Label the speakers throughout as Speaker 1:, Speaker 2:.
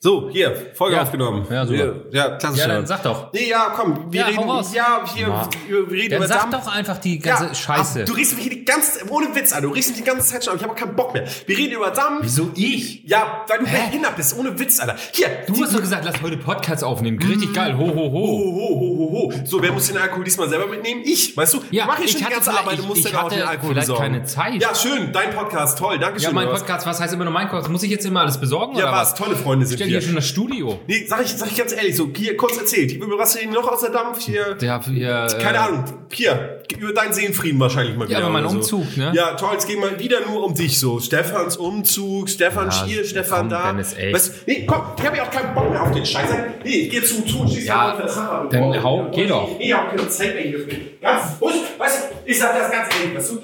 Speaker 1: So, hier, Folge
Speaker 2: Ja.
Speaker 1: aufgenommen.
Speaker 2: Ja, super.
Speaker 1: Hier, Ja, klassischer.
Speaker 2: Ja, dann sag doch.
Speaker 1: Nee, ja, komm, wir
Speaker 2: Ja,
Speaker 1: reden,
Speaker 2: hau raus.
Speaker 1: ja, hier, wir reden
Speaker 2: Dann
Speaker 1: über
Speaker 2: sag
Speaker 1: Dampf.
Speaker 2: doch einfach die
Speaker 1: Ja,
Speaker 2: ganze Scheiße.
Speaker 1: ach, du riechst mich hier die ganze, ohne Witz an, du riechst mich die ganze Zeit schon an, ich habe auch keinen Bock mehr. Wir reden über Dampf.
Speaker 2: Wieso ich?
Speaker 1: Ja, weil du behindert bist, ohne Witz, Alter. Hier,
Speaker 2: Du
Speaker 1: die- Mhm. Oh,
Speaker 2: hast doch gesagt, lass heute Podcasts aufnehmen. Richtig geil. Ho, ho, ho.
Speaker 1: Ho, ho, ho, ho, ho. So, wer muss den Alkohol diesmal selber mitnehmen? Ich, weißt du?
Speaker 2: Ja,
Speaker 1: mach ich
Speaker 2: ich
Speaker 1: schon die
Speaker 2: hatte
Speaker 1: ganze
Speaker 2: vielleicht-
Speaker 1: Arbeit und muss
Speaker 2: ich-
Speaker 1: dann
Speaker 2: ich
Speaker 1: auch den
Speaker 2: hatte
Speaker 1: Alkohol
Speaker 2: vielleicht
Speaker 1: besorgen.
Speaker 2: keine Zeit.
Speaker 1: Ja, schön, dein Podcast, toll, danke schön.
Speaker 2: Ja, mein
Speaker 1: oder was?
Speaker 2: Podcast, was heißt immer nur mein Podcast? Muss ich jetzt immer alles besorgen
Speaker 1: Ja,
Speaker 2: oder
Speaker 1: was?
Speaker 2: was?
Speaker 1: Tolle Freunde
Speaker 2: Ich
Speaker 1: sind
Speaker 2: stelle hier
Speaker 1: wir.
Speaker 2: schon das Studio.
Speaker 1: Nee, sag ich, sag ich ganz ehrlich, so, hier, kurz erzählt. Über was denn noch aus der Dampf hier?
Speaker 2: Der hat hier. äh,
Speaker 1: Keine Ahnung, hier, über deinen Seelenfrieden wahrscheinlich mal wieder.
Speaker 2: aber mein
Speaker 1: oder so.
Speaker 2: Umzug, ne?
Speaker 1: Ja, toll, es geht mal wieder nur um dich so. Stefans Umzug, Stefan
Speaker 2: Ja,
Speaker 1: hier, Stefan
Speaker 2: komm,
Speaker 1: da.
Speaker 2: Dennis, ey.
Speaker 1: Was? Nee, komm, ich habe ja auch keinen Bock mehr auf den Scheiß. Nee, ich geh zu, zu, schieß
Speaker 2: Ja,
Speaker 1: mal auf das Hammer.
Speaker 2: dann
Speaker 1: Oh,
Speaker 2: hau,
Speaker 1: oh,
Speaker 2: geh doch.
Speaker 1: Nee, ich hab keine Zeit mehr hier für den ganzen Bus. Weißt du, ich sag das ganz ehrlich, weißt du,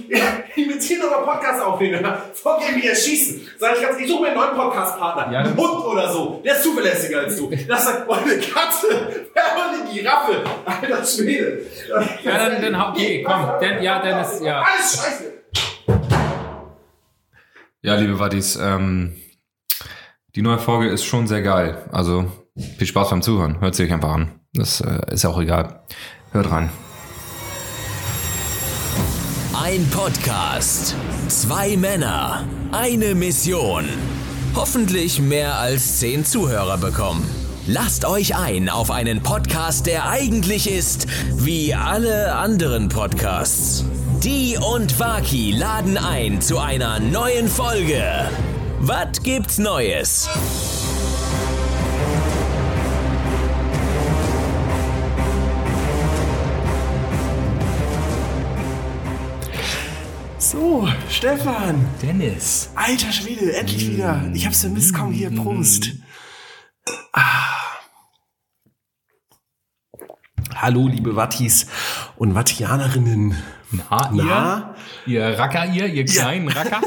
Speaker 1: ich will jetzt hier nochmal Podcast aufnehmen, vor dem wir schießen. Sag ich ganz, ich suche mir einen neuen Podcast-Partner.
Speaker 2: Ja.
Speaker 1: Einen Hund oder so, der ist zuverlässiger als du. Das sagt, oh, eine Katze, ja, und eine Giraffe, alter Schwede.
Speaker 2: Ja, dann, dann hau, geh, komm. Denn, ja, Dennis, ja.
Speaker 1: Alles scheiße.
Speaker 3: Ja, liebe Wattis, ähm, die neue Folge ist schon sehr geil. Also viel Spaß beim Zuhören. Hört sie euch einfach an. Das äh, ist auch egal. Hört rein.
Speaker 4: Ein Podcast. Zwei Männer. Eine Mission. Hoffentlich mehr als zehn Zuhörer bekommen. Lasst euch ein auf einen Podcast, der eigentlich ist wie alle anderen Podcasts. Die und Waki laden ein zu einer neuen Folge. Was gibt's Neues?
Speaker 5: So, Stefan,
Speaker 4: Dennis.
Speaker 5: alter Schwede, endlich wieder. Ich hab's vermisst, komm hier, Prost. Ah. Hallo, liebe Wattis und Wattianerinnen.
Speaker 2: Na,
Speaker 5: Na?
Speaker 2: ihr, ihr Racker, ihr, ihr kleinen Racker.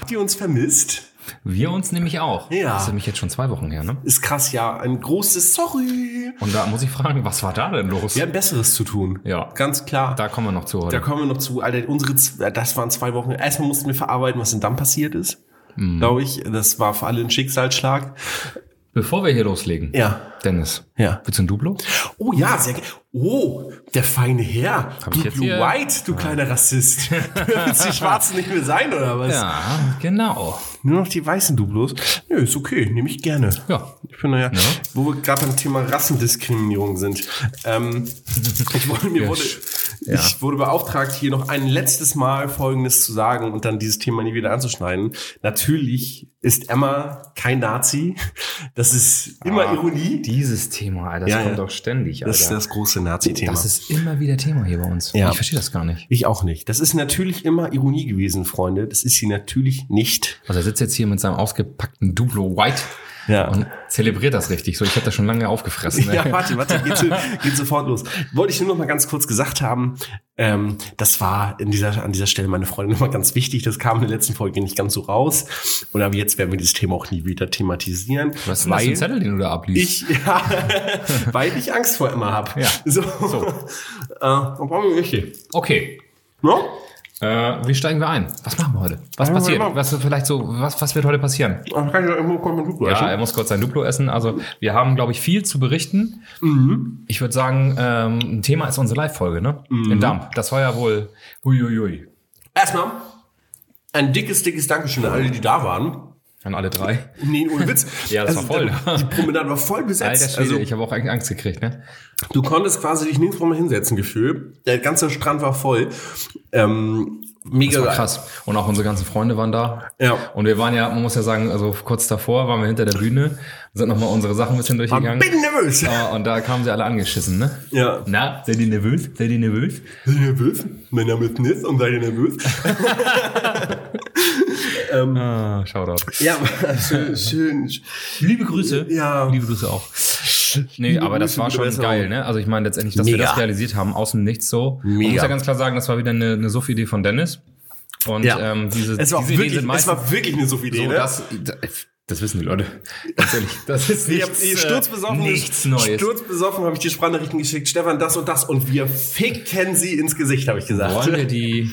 Speaker 5: Habt ihr uns vermisst?
Speaker 2: Wir uns nämlich auch.
Speaker 5: Ja.
Speaker 3: Das ist nämlich jetzt schon zwei Wochen her, ne?
Speaker 5: Ist krass, ja. Ein großes Sorry.
Speaker 3: Und da muss ich fragen, was war da denn los?
Speaker 5: Wir haben Besseres zu tun.
Speaker 3: Ja.
Speaker 5: Ganz klar.
Speaker 3: Da kommen wir noch zu
Speaker 5: Da
Speaker 3: heute.
Speaker 5: kommen wir noch zu. Alter, unsere, z- äh, das waren zwei Wochen. Erstmal mussten wir verarbeiten, was in Damm passiert ist. Glaube ich. Das war für alle ein Schicksalsschlag.
Speaker 3: Bevor wir hier loslegen,
Speaker 5: Ja.
Speaker 3: Dennis,
Speaker 5: Ja.
Speaker 3: willst du ein Duplo?
Speaker 5: Oh ja, sehr ge- Oh, der feine Herr.
Speaker 3: Hab
Speaker 5: du
Speaker 3: ich jetzt
Speaker 5: Blue
Speaker 3: hier-
Speaker 5: White, du kleiner Rassist. du willst die Schwarzen nicht mehr sein, oder was?
Speaker 3: Ja, genau.
Speaker 5: Nur noch die weißen Dublos. Nö, ist okay, nehme ich gerne.
Speaker 3: Ja.
Speaker 5: Ich bin naja, wo wir gerade beim Thema Rassendiskriminierung sind. Ähm, ich, wurde, mir wurde, ich wurde beauftragt, hier noch ein letztes Mal Folgendes zu sagen und dann dieses Thema nie wieder anzuschneiden. Natürlich ist Emma kein Nazi. Das ist immer
Speaker 3: Ah.
Speaker 5: Ironie.
Speaker 3: Dieses Thema, Alter, das
Speaker 5: Ja, ja.
Speaker 3: kommt doch ständig, Alter.
Speaker 5: Das ist das große Nazi-Thema.
Speaker 3: Das ist immer wieder Thema hier bei uns.
Speaker 5: Ja.
Speaker 3: Ich verstehe das gar nicht.
Speaker 5: Ich auch nicht. Das ist natürlich immer Ironie gewesen, Freunde. Das ist sie natürlich nicht.
Speaker 3: Also er sitzt jetzt hier mit seinem ausgepackten Duplo White
Speaker 5: Ja.
Speaker 3: und zelebriert das richtig. So, ich habe das schon lange aufgefressen. ne?
Speaker 5: Ja, warte, warte, geht, so- geht sofort los. Wollte ich nur noch mal ganz kurz gesagt haben, ähm, das war in dieser, an dieser Stelle, meine Freunde, nochmal ganz wichtig. Das kam in der letzten Folge nicht ganz so raus. Und ab jetzt werden wir dieses Thema auch nie wieder thematisieren.
Speaker 3: Was ist denn das für ein Zettel, den du da abliest?
Speaker 5: Ich, ja, weil ich Angst vor immer habe.
Speaker 3: Ja.
Speaker 5: So. so. äh, dann brauchen wir welche.
Speaker 3: Okay.
Speaker 5: No?
Speaker 3: Äh, wie steigen wir ein? Was machen wir heute? Was
Speaker 5: Ja,
Speaker 3: passiert?
Speaker 5: genau.
Speaker 3: Was wird vielleicht so, was, was wird heute passieren?
Speaker 5: Dann kann ich doch irgendwo kommen und
Speaker 3: Ja, ähm. er muss kurz sein Duplo essen. Also wir haben, glaube ich, viel zu berichten.
Speaker 5: Mhm.
Speaker 3: Ich würde sagen, ähm, ein Thema ist unsere Live-Folge, ne? In Damp. Das war ja wohl. Huiuiui.
Speaker 5: Erstmal ein dickes, dickes Dankeschön an alle, die da waren.
Speaker 3: An alle drei.
Speaker 5: Nee, ohne Witz. Also,
Speaker 3: Ja, das war voll.
Speaker 5: da- Die Promenade war voll besetzt.
Speaker 3: Alter Schwede,
Speaker 5: also,
Speaker 3: ich habe auch Angst gekriegt, ne?
Speaker 5: du konntest quasi dich nirgendwo mal hinsetzen, Gefühl. Der ganze Strand war voll. Ähm, mega
Speaker 3: Das war krass. Und auch unsere ganzen Freunde waren da.
Speaker 5: Ja.
Speaker 3: Und wir waren ja, man muss ja sagen, also kurz davor waren wir hinter der Bühne, sind nochmal unsere Sachen ein bisschen
Speaker 5: Ein
Speaker 3: durchgegangen.
Speaker 5: bisschen nervös.
Speaker 3: Ah, Und da kamen sie alle angeschissen, ne?
Speaker 5: Ja.
Speaker 3: Na, seid ihr nervös? Seid ihr nervös?
Speaker 5: Seid ihr nervös? Mein Name ist Nis und seid ihr nervös?
Speaker 3: Ah, Shoutout.
Speaker 5: ja, schön, schön.
Speaker 3: Liebe Grüße.
Speaker 5: Ja.
Speaker 3: Liebe Grüße auch. Nee, aber das
Speaker 5: Grüße,
Speaker 3: war
Speaker 5: gute
Speaker 3: schon
Speaker 5: Besserung.
Speaker 3: geil, ne? Also ich meine letztendlich, dass wir
Speaker 5: Mega.
Speaker 3: das realisiert haben, aus dem Nichts so. Man muss
Speaker 5: Mega.
Speaker 3: ja ganz klar sagen, das war wieder eine, eine Suff-Idee von Dennis. Und
Speaker 5: Ja.
Speaker 3: ähm, diese,
Speaker 5: Es war, auch
Speaker 3: diese
Speaker 5: wirklich,
Speaker 3: Ideen sind
Speaker 5: es
Speaker 3: meistens
Speaker 5: war wirklich eine Sophie-Idee,
Speaker 3: so,
Speaker 5: ne?
Speaker 3: das, das wissen die Leute. Ganz ehrlich, das ist
Speaker 5: Ich hab-
Speaker 3: nichts,
Speaker 5: ich
Speaker 3: äh,
Speaker 5: sturzbesoffen,
Speaker 3: nichts Neues.
Speaker 5: Sturzbesoffen habe ich die Sprachnachrichten geschickt. Stefan, das und das. Und wir fickten sie ins Gesicht, habe ich gesagt.
Speaker 3: Wollen wir die,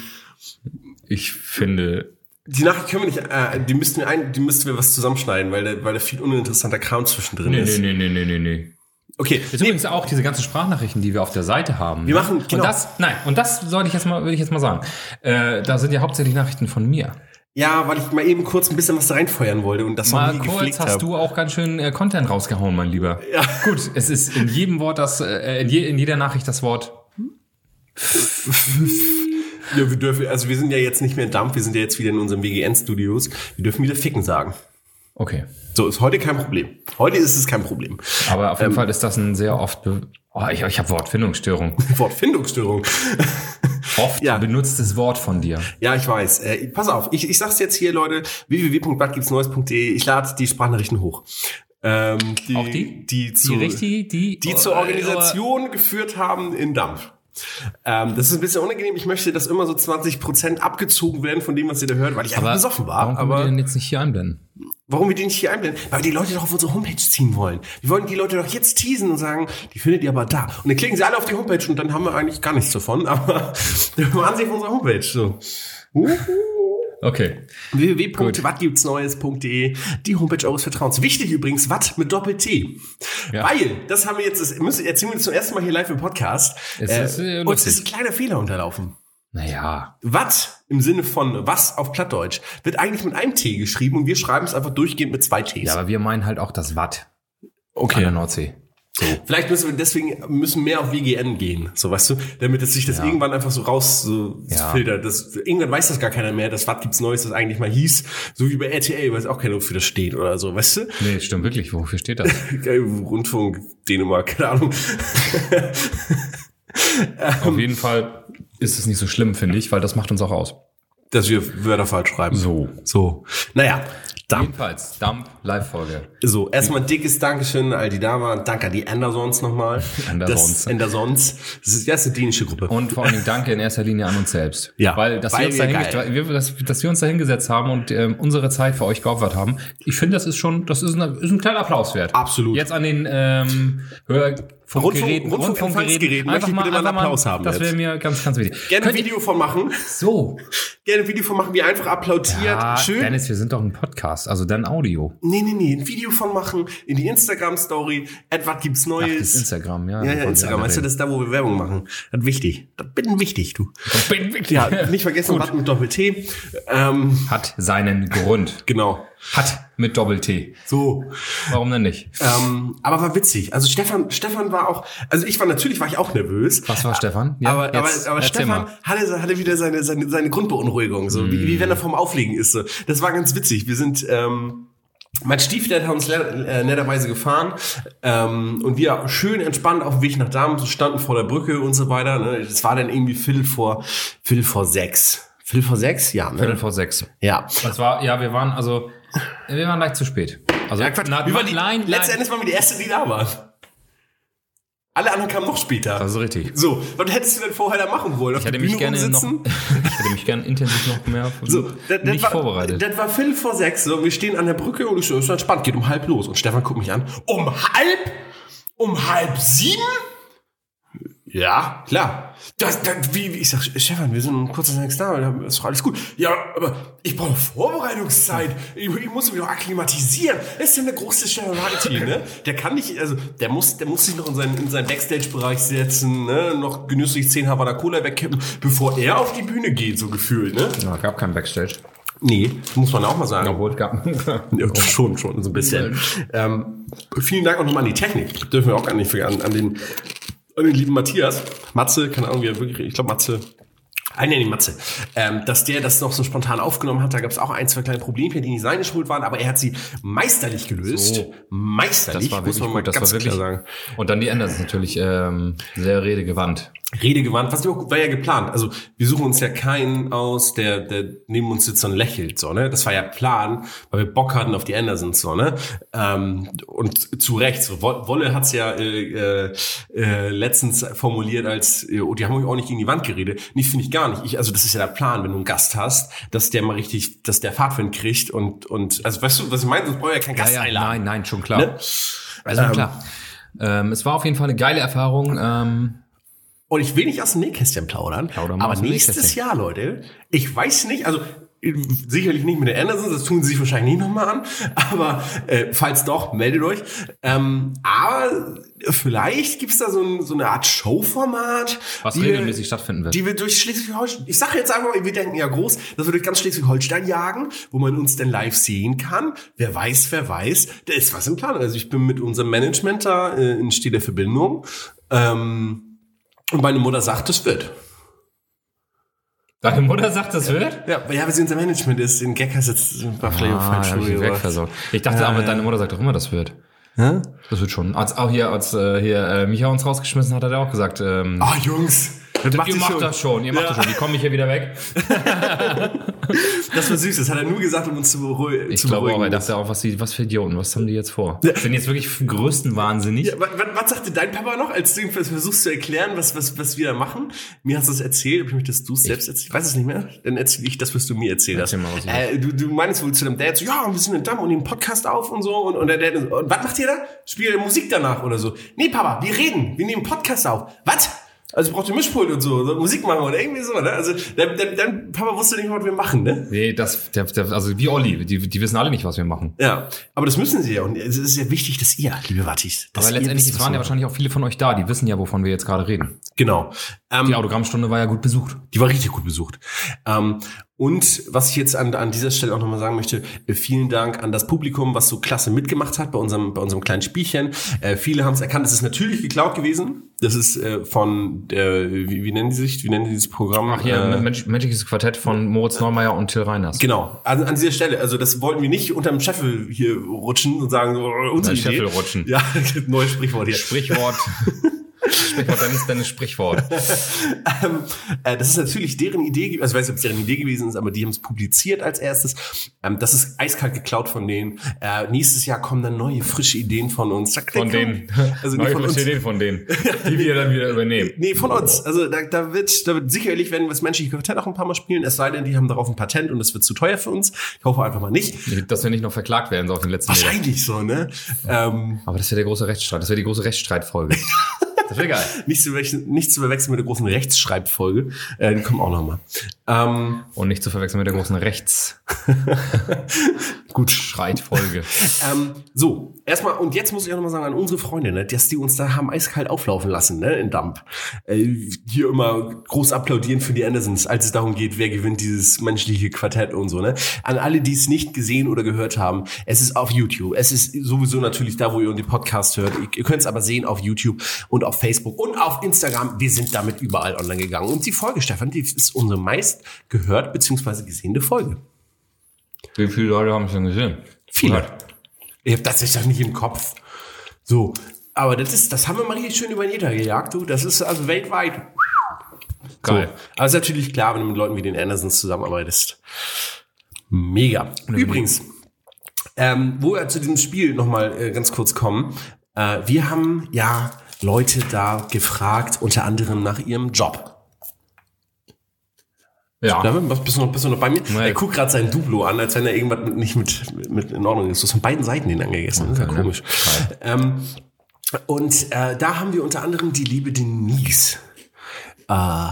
Speaker 3: ich finde,
Speaker 5: Die Nachricht können wir nicht, äh, die müssten wir, ein, die müssten wir was zusammenschneiden, weil da, weil da viel uninteressanter Kram zwischendrin
Speaker 3: Nee,
Speaker 5: ist.
Speaker 3: nee, nee, nee, nee, nee, nee.
Speaker 5: Okay,
Speaker 3: Jetzt übrigens auch diese ganzen Sprachnachrichten, die wir auf der Seite haben. ne?
Speaker 5: Wir machen- genau.
Speaker 3: Und das, nein, und das soll ich jetzt mal, will ich jetzt mal sagen. Äh, da sind ja hauptsächlich Nachrichten von mir.
Speaker 5: ja, weil ich mal eben kurz ein bisschen was reinfeuern wollte und das noch
Speaker 3: Mal
Speaker 5: nie
Speaker 3: kurz
Speaker 5: gepflegt
Speaker 3: hast
Speaker 5: habe.
Speaker 3: du auch ganz schön äh, Content rausgehauen, mein Lieber. Ja. Gut, es ist in jedem Wort das, äh, in, je, in jeder Nachricht das Wort.
Speaker 5: Ja, wir dürfen, also wir sind ja jetzt nicht mehr in Dampf, wir sind ja jetzt wieder in unserem WGN-Studios. Wir dürfen wieder Ficken sagen.
Speaker 3: Okay.
Speaker 5: So, ist heute kein Problem. Heute ist es kein Problem.
Speaker 3: Aber
Speaker 5: Ähm.
Speaker 3: auf jeden Fall ist das ein sehr oft. Be oh, ich ich habe Wortfindungsstörung.
Speaker 5: Wortfindungsstörung.
Speaker 3: Oft
Speaker 5: Ja.
Speaker 3: benutztes Wort von dir.
Speaker 5: Ja, ich weiß. Äh, pass auf, ich, ich sag's jetzt hier, Leute, www.badgibsneues.de. E. Ich lade die Sprachnachrichten hoch. Ähm, die,
Speaker 3: Auch die?
Speaker 5: Die, zu,
Speaker 3: Die richtige, die. äh,
Speaker 5: die zur Organisation geführt haben in Dampf. Ähm, das ist ein bisschen unangenehm. Ich möchte, dass immer so 20% abgezogen werden von dem, was ihr da hört, weil ich einfach
Speaker 3: Aber
Speaker 5: besoffen
Speaker 3: äh,
Speaker 5: war.
Speaker 3: Warum können wir
Speaker 5: Aber
Speaker 3: den jetzt nicht hier einblenden?
Speaker 5: warum wir den nicht hier einblenden? Weil wir die Leute doch auf unsere Homepage ziehen wollen. Wir wollen die Leute doch jetzt teasen und sagen, die findet ihr aber da. Und dann klicken sie alle auf die Homepage und dann haben wir eigentlich gar nichts davon. Aber dann waren sie auf unserer Homepage. So.
Speaker 3: Okay.
Speaker 5: www.wattgibtsneues.de, die Homepage eures Vertrauens. Wichtig übrigens, Watt mit Doppel-T.
Speaker 3: Ja.
Speaker 5: Weil, das haben wir jetzt, das müssen, erzählen wir jetzt zum ersten Mal hier live im Podcast.
Speaker 3: Es ist, äh,
Speaker 5: uns
Speaker 3: lustig.
Speaker 5: ist ein kleiner Fehler unterlaufen.
Speaker 3: Naja.
Speaker 5: Watt im Sinne von was auf Plattdeutsch wird eigentlich mit einem T geschrieben und wir schreiben es einfach durchgehend mit zwei Ts.
Speaker 3: Ja, aber wir meinen halt auch das Watt an der
Speaker 5: okay.
Speaker 3: Nordsee.
Speaker 5: Vielleicht müssen wir deswegen müssen mehr auf WGN gehen, so weißt du, damit es sich das irgendwann einfach so raus so
Speaker 3: Ja.
Speaker 5: filtert. Das, irgendwann weiß das gar keiner mehr, dass Watt gibt's Neues, das eigentlich mal hieß, so wie bei RTL, weiß auch keiner, wofür das steht oder so, weißt du?
Speaker 3: Nee, stimmt wirklich. Wofür steht das?
Speaker 5: Geil, Äh, Rundfunk, Dänemark, keine Ahnung.
Speaker 3: Auf jeden Fall ist es nicht so schlimm, finde ich, weil das macht uns auch aus.
Speaker 5: Dass wir Wörter falsch schreiben.
Speaker 3: So.
Speaker 5: So. Naja, dann.
Speaker 3: Jedenfalls, Dump, Live-Folge.
Speaker 5: So, erstmal dickes Dankeschön an all die da waren. Danke an die Andersons nochmal.
Speaker 3: Andersons.
Speaker 5: Das, Andersons. Das ist die erste dänische Gruppe.
Speaker 3: Und vor allen Dingen danke in erster Linie an uns selbst.
Speaker 5: Ja,
Speaker 3: Weil, dass,
Speaker 5: weil
Speaker 3: wir uns
Speaker 5: wir
Speaker 3: dahin,
Speaker 5: geil.
Speaker 3: wir, dass, dass wir uns da hingesetzt haben und ähm, unsere Zeit für euch geopfert haben. Ich finde, das ist schon, das ist ein, ist ein kleiner Applaus wert.
Speaker 5: Absolut.
Speaker 3: Jetzt an den ähm, Hörfunkgeräten,
Speaker 5: Rundfunk- Rundfunkempfangsgeräten möchte ich bitte mal einen Applaus haben
Speaker 3: Das wäre
Speaker 5: jetzt.
Speaker 3: mir ganz, ganz wichtig.
Speaker 5: Gerne ein
Speaker 3: Könnt ihr-
Speaker 5: Video von machen.
Speaker 3: so.
Speaker 5: Gerne ein Video von machen, wie ihr einfach applaudiert.
Speaker 3: Ah,
Speaker 5: Schön.
Speaker 3: Dennis, wir sind doch ein Podcast, also dann Audio.
Speaker 5: nee, nee, nee. Ein Video von machen. In die Instagram-Story. Edward gibt's
Speaker 3: Ach, das ist
Speaker 5: Neues.
Speaker 3: Instagram,
Speaker 5: ja,
Speaker 3: ja.
Speaker 5: ja,
Speaker 3: Wollen wir
Speaker 5: Instagram.
Speaker 3: alle
Speaker 5: Weißt du,
Speaker 3: reden.
Speaker 5: das ist da, wo wir Werbung machen. Das ist wichtig. Das bin wichtig, du.
Speaker 3: Bin wirklich-
Speaker 5: Ja, nicht vergessen, Watt mit Doppel-T. Ähm,
Speaker 3: Hat seinen Grund.
Speaker 5: genau.
Speaker 3: Hat mit Doppel-T.
Speaker 5: So.
Speaker 3: Warum denn nicht?
Speaker 5: Ähm, aber war witzig. Also Stefan, Stefan war auch, also ich war natürlich war ich auch nervös.
Speaker 3: Was war Stefan?
Speaker 5: aber,
Speaker 3: jetzt
Speaker 5: aber, aber
Speaker 3: erzähl
Speaker 5: Stefan
Speaker 3: mal.
Speaker 5: hatte, hatte wieder seine, seine, seine Grundbeunruhigung, so wie, wie wenn er
Speaker 3: Mm.
Speaker 5: vorm Auflegen ist. So. Das war ganz witzig. Wir sind, ähm, mein Stiefvater hat uns le- äh, netterweise gefahren ähm, und wir schön entspannt auf dem Weg nach Damen, so standen vor der Brücke und so weiter. Ne? Das war dann irgendwie Viertel vor, Viertel vor sechs. Viertel vor sechs? Ja,
Speaker 3: Viertel
Speaker 5: ne?
Speaker 3: vor sechs.
Speaker 5: Ja.
Speaker 3: Das war, ja, wir waren, also, wir waren leicht zu spät. Also,
Speaker 5: Ja, Quatsch.
Speaker 3: na,
Speaker 5: wir waren die,
Speaker 3: nein,
Speaker 5: letzten
Speaker 3: nein.
Speaker 5: Endes waren wir die Erste, die da waren. Alle anderen kamen noch später.
Speaker 3: Das ist Also, richtig.
Speaker 5: So, was hättest du denn vorher da machen wollen? Auf
Speaker 3: Ich hätte
Speaker 5: der
Speaker 3: mich
Speaker 5: Bühne
Speaker 3: gerne noch,
Speaker 5: rumsitzen?
Speaker 3: ich hätte mich gerne intensiv noch mehr
Speaker 5: So, das, das
Speaker 3: Hm. nicht
Speaker 5: war,
Speaker 3: vorbereitet.
Speaker 5: Das war Viertel vor sechs. So, wir stehen an der Brücke und ich so, ist entspannt, geht um halb los. Und Stefan guckt mich an. Um halb? Um halb sieben? Ja, klar. Das, das, wie, wie, ich sag, Stefan, wir sind um kurz nach sechs da, dann ist doch alles gut. Ja, aber ich brauche Vorbereitungszeit. Ich, ich muss mich doch akklimatisieren. Das ist ja eine große Stefan Martin, ne? Der kann nicht, also, der muss, der muss sich noch in seinen, in seinen Backstage-Bereich setzen, ne? Noch genüsslich zehn Havana Cola wegkippen, bevor er auf die Bühne geht, so gefühlt, ne?
Speaker 3: Ja, gab kein Backstage.
Speaker 5: Nee, muss man auch mal sagen.
Speaker 3: Obwohl, gab.
Speaker 5: Ja, schon, schon, so ein bisschen. Ähm, vielen Dank auch nochmal an die Technik. Dürfen wir auch gar nicht vergessen. An den, an den lieben Matthias. Matze, keine Ahnung, wie er wirklich, ich glaube Matze. Nein, nein, nein, Matze. Ähm, dass der das noch so spontan aufgenommen hat, da gab es auch ein, zwei kleine Problemchen, die nicht seine Schuld waren, aber er hat sie meisterlich gelöst.
Speaker 3: So.
Speaker 5: Meisterlich,
Speaker 3: Das war wirklich gut, das war wirklich.
Speaker 5: klar sagen.
Speaker 3: Und dann die Enders ist natürlich ähm, sehr redegewandt. Ah,
Speaker 5: Redegewandt, was ja auch- war ja geplant. Also wir suchen uns ja keinen aus, der, der neben uns sitzt und lächelt, so, ne? Das war ja Plan, weil wir Bock hatten auf die Andersons, so, ne? Ähm, und zu Recht, so. Wo- Wolle hat's ja äh, äh, äh, letztens formuliert als, äh, oh, die haben euch auch nicht gegen die Wand geredet. Nee, finde ich gar nicht. Ich, also das ist ja der Plan, wenn du einen Gast hast, dass der mal richtig, dass der Fahrtwind kriegt und, und also weißt du, was ich meine? Sonst brauchen wir ja keinen Gast einladen.
Speaker 3: nein, nein, schon klar.
Speaker 5: Ne?
Speaker 3: Also, klar. Ähm, es war auf jeden Fall eine geile Erfahrung. Ähm,
Speaker 5: Und ich will nicht aus dem Nähkästchen plaudern,
Speaker 3: Plaudern wir
Speaker 5: aber
Speaker 3: aus dem
Speaker 5: nächstes
Speaker 3: Nähkästchen.
Speaker 5: Jahr, Leute, ich weiß nicht, also sicherlich nicht mit den Andersons, das tun sie sich wahrscheinlich nicht nochmal an, aber äh, falls doch, meldet euch. Ähm, aber vielleicht gibt's da so, ein, so eine Art Showformat,
Speaker 3: Was
Speaker 5: die-
Speaker 3: regelmäßig stattfinden wird.
Speaker 5: die wir durch Schleswig-Holstein, ich sage jetzt einfach mal, wir denken ja groß, dass wir durch ganz Schleswig-Holstein jagen, wo man uns dann live sehen kann. Wer weiß, wer weiß, da ist was im Plan. Also ich bin mit unserem Management da äh, in steter Verbindung ähm, und meine Mutter sagt, es wird.
Speaker 2: Deine Mutter sagt, das wird?
Speaker 5: Ja, weil ja, weil sie unser Management ist. In Gag sitzt ein paar vielleicht
Speaker 3: Ah,
Speaker 5: falsch
Speaker 3: hab ich
Speaker 5: Schuhe
Speaker 3: mich
Speaker 5: gebracht.
Speaker 3: wegversaut. Ich dachte, aber deine Mutter sagt doch immer, das wird.
Speaker 5: Ja?
Speaker 3: Das wird schon. Als auch hier, als äh, hier äh, Micha uns rausgeschmissen hat, hat er auch gesagt, ähm,
Speaker 5: Ah, Jungs. Das
Speaker 3: ihr
Speaker 5: sich
Speaker 3: macht das schon, ihr macht das schon, die kommen mich hier wieder weg.
Speaker 5: Das war süß, das hat er nur gesagt, um uns zu, beruhigen.
Speaker 3: Ich
Speaker 5: zu
Speaker 3: glaube auch, er
Speaker 5: beruhigen.
Speaker 3: dachte auch, was, die, was für Idioten, was haben die jetzt vor? Sind jetzt wirklich größten wahnsinnig?
Speaker 5: Ja, was, was sagte dein Papa noch, als du ihm vers- versuchst zu erklären, was, was, was wir da machen? Mir hast du es erzählt, ob ich möchtest du es selbst erzählen? Ich weiß es nicht mehr. Dann erzähle ich das, was du mir erzählt hast.
Speaker 3: Erzähl mal, was ich-
Speaker 5: äh, du, du meinst wohl zu deinem Dad so, ja, wir sind in Damm und nehmen Podcast auf und so. Und, und der Dad so, und was macht ihr da? Spielt ihr Musik danach oder so? Nee, Papa, wir reden, wir nehmen Podcast auf. Was? Also braucht ihr Mischpult und so, so Musik machen oder irgendwie so, ne? Also dein, dein, dein Papa wusste nicht, was wir machen, ne?
Speaker 3: Nee, das, der, der, also wie Olli, die, die wissen alle nicht, was wir machen.
Speaker 5: Ja, aber das müssen sie ja. Und es ist ja wichtig, dass ihr, liebe Wattis, dass
Speaker 3: Aber
Speaker 5: ihr
Speaker 3: letztendlich
Speaker 5: wisst,
Speaker 3: es
Speaker 5: was
Speaker 3: waren
Speaker 5: wir machen.
Speaker 3: ja wahrscheinlich auch viele von euch da, die wissen ja, wovon wir jetzt gerade reden.
Speaker 5: Genau. Ähm,
Speaker 3: Die Autogrammstunde war ja gut besucht.
Speaker 5: Die war richtig gut besucht. Ähm, und was ich jetzt an, an dieser Stelle auch nochmal sagen möchte, äh, vielen Dank an das Publikum, was so klasse mitgemacht hat bei unserem, bei unserem kleinen Spielchen. Äh, viele haben es erkannt, es ist natürlich geklaut gewesen. Das ist äh, von, äh, wie, wie nennen die sich, wie nennen die dieses Programm?
Speaker 3: Ach ja, ne.
Speaker 5: äh,
Speaker 3: Magic, Magics Quartett von Moritz Neumeier und Till Reiners.
Speaker 5: Genau, an, an dieser Stelle. Also das wollten wir nicht unterm Scheffel hier rutschen und sagen, so, äh, unsere
Speaker 3: Unterm
Speaker 5: Idee.
Speaker 3: Scheffel rutschen.
Speaker 5: Ja, neues Sprichwort hier.
Speaker 3: Sprichwort. Sprichwort, Dennis, Dennis, Sprichwort.
Speaker 5: Ähm, äh, das ist natürlich deren Idee, ge- also ich weiß nicht, ob es deren Idee gewesen ist, aber die haben es publiziert als erstes. Ähm, das ist eiskalt geklaut von denen. Äh, nächstes Jahr kommen dann neue, frische Ideen von uns. Da-
Speaker 3: Von
Speaker 5: da-
Speaker 3: denen.
Speaker 5: Also
Speaker 3: Neue
Speaker 5: nicht von uns.
Speaker 3: Ideen von denen, die wir dann wieder übernehmen.
Speaker 5: Nee, von uns. Also da, da, wird, da wird sicherlich werden wir das menschliche Quartett auch ein paar Mal spielen, es sei denn, die haben darauf ein Patent und es wird zu teuer für uns. Ich hoffe einfach mal nicht.
Speaker 3: Dass wir nicht noch verklagt werden, so auf den letzten Meter.
Speaker 5: Wahrscheinlich so, ne? Ähm,
Speaker 3: Aber das wäre der große Rechtsstreit. Das wäre die große Rechtsstreitfolge. das wäre geil.
Speaker 5: nicht, zu verwechseln, nicht zu verwechseln mit der großen Rechtschreibfolge. Äh, die kommen auch nochmal. Ähm,
Speaker 3: Und nicht zu verwechseln mit der großen
Speaker 5: gut.
Speaker 3: Rechtsstreitfolge.
Speaker 5: Ähm, so, erstmal, und jetzt muss ich auch nochmal sagen an unsere Freunde, ne, dass die uns da haben eiskalt auflaufen lassen, ne, in Dump. Äh, hier immer groß applaudieren für die Andersons, als es darum geht, wer gewinnt dieses menschliche Quartett und so, ne. An alle, die es nicht gesehen oder gehört haben, es ist auf YouTube. Es ist sowieso natürlich da, wo ihr den Podcast hört. Ihr, ihr könnt es aber sehen auf YouTube und auf Facebook und auf Instagram. Wir sind damit überall online gegangen. Und die Folge, Stefan, die ist unsere meist gehört bzw. gesehene Folge.
Speaker 3: Wie viele Leute haben schon gesehen?
Speaker 5: Viele. Ich habe das jetzt doch nicht im Kopf. So. Aber das ist, das haben wir mal richtig schön über den Ether gejagt, du. Das ist also weltweit.
Speaker 3: Geil.
Speaker 5: So. Aber ist natürlich klar, wenn du mit Leuten wie den Andersons zusammenarbeitest. Mega. Übrigens, ähm, wo wir zu diesem Spiel nochmal äh, ganz kurz kommen. Äh, wir haben ja Leute da gefragt, unter anderem nach ihrem Job.
Speaker 3: Ja.
Speaker 5: David, was- Bist du noch, bist du noch bei mir?
Speaker 3: Ah. Nein.
Speaker 5: Er guckt gerade sein Duplo an, als wenn er irgendwas mit, nicht mit, mit in Ordnung ist. Du hast von beiden Seiten den angegessen. Das ist ja
Speaker 3: ne?
Speaker 5: komisch. Ähm, und äh, da haben wir unter anderem die liebe Denise äh,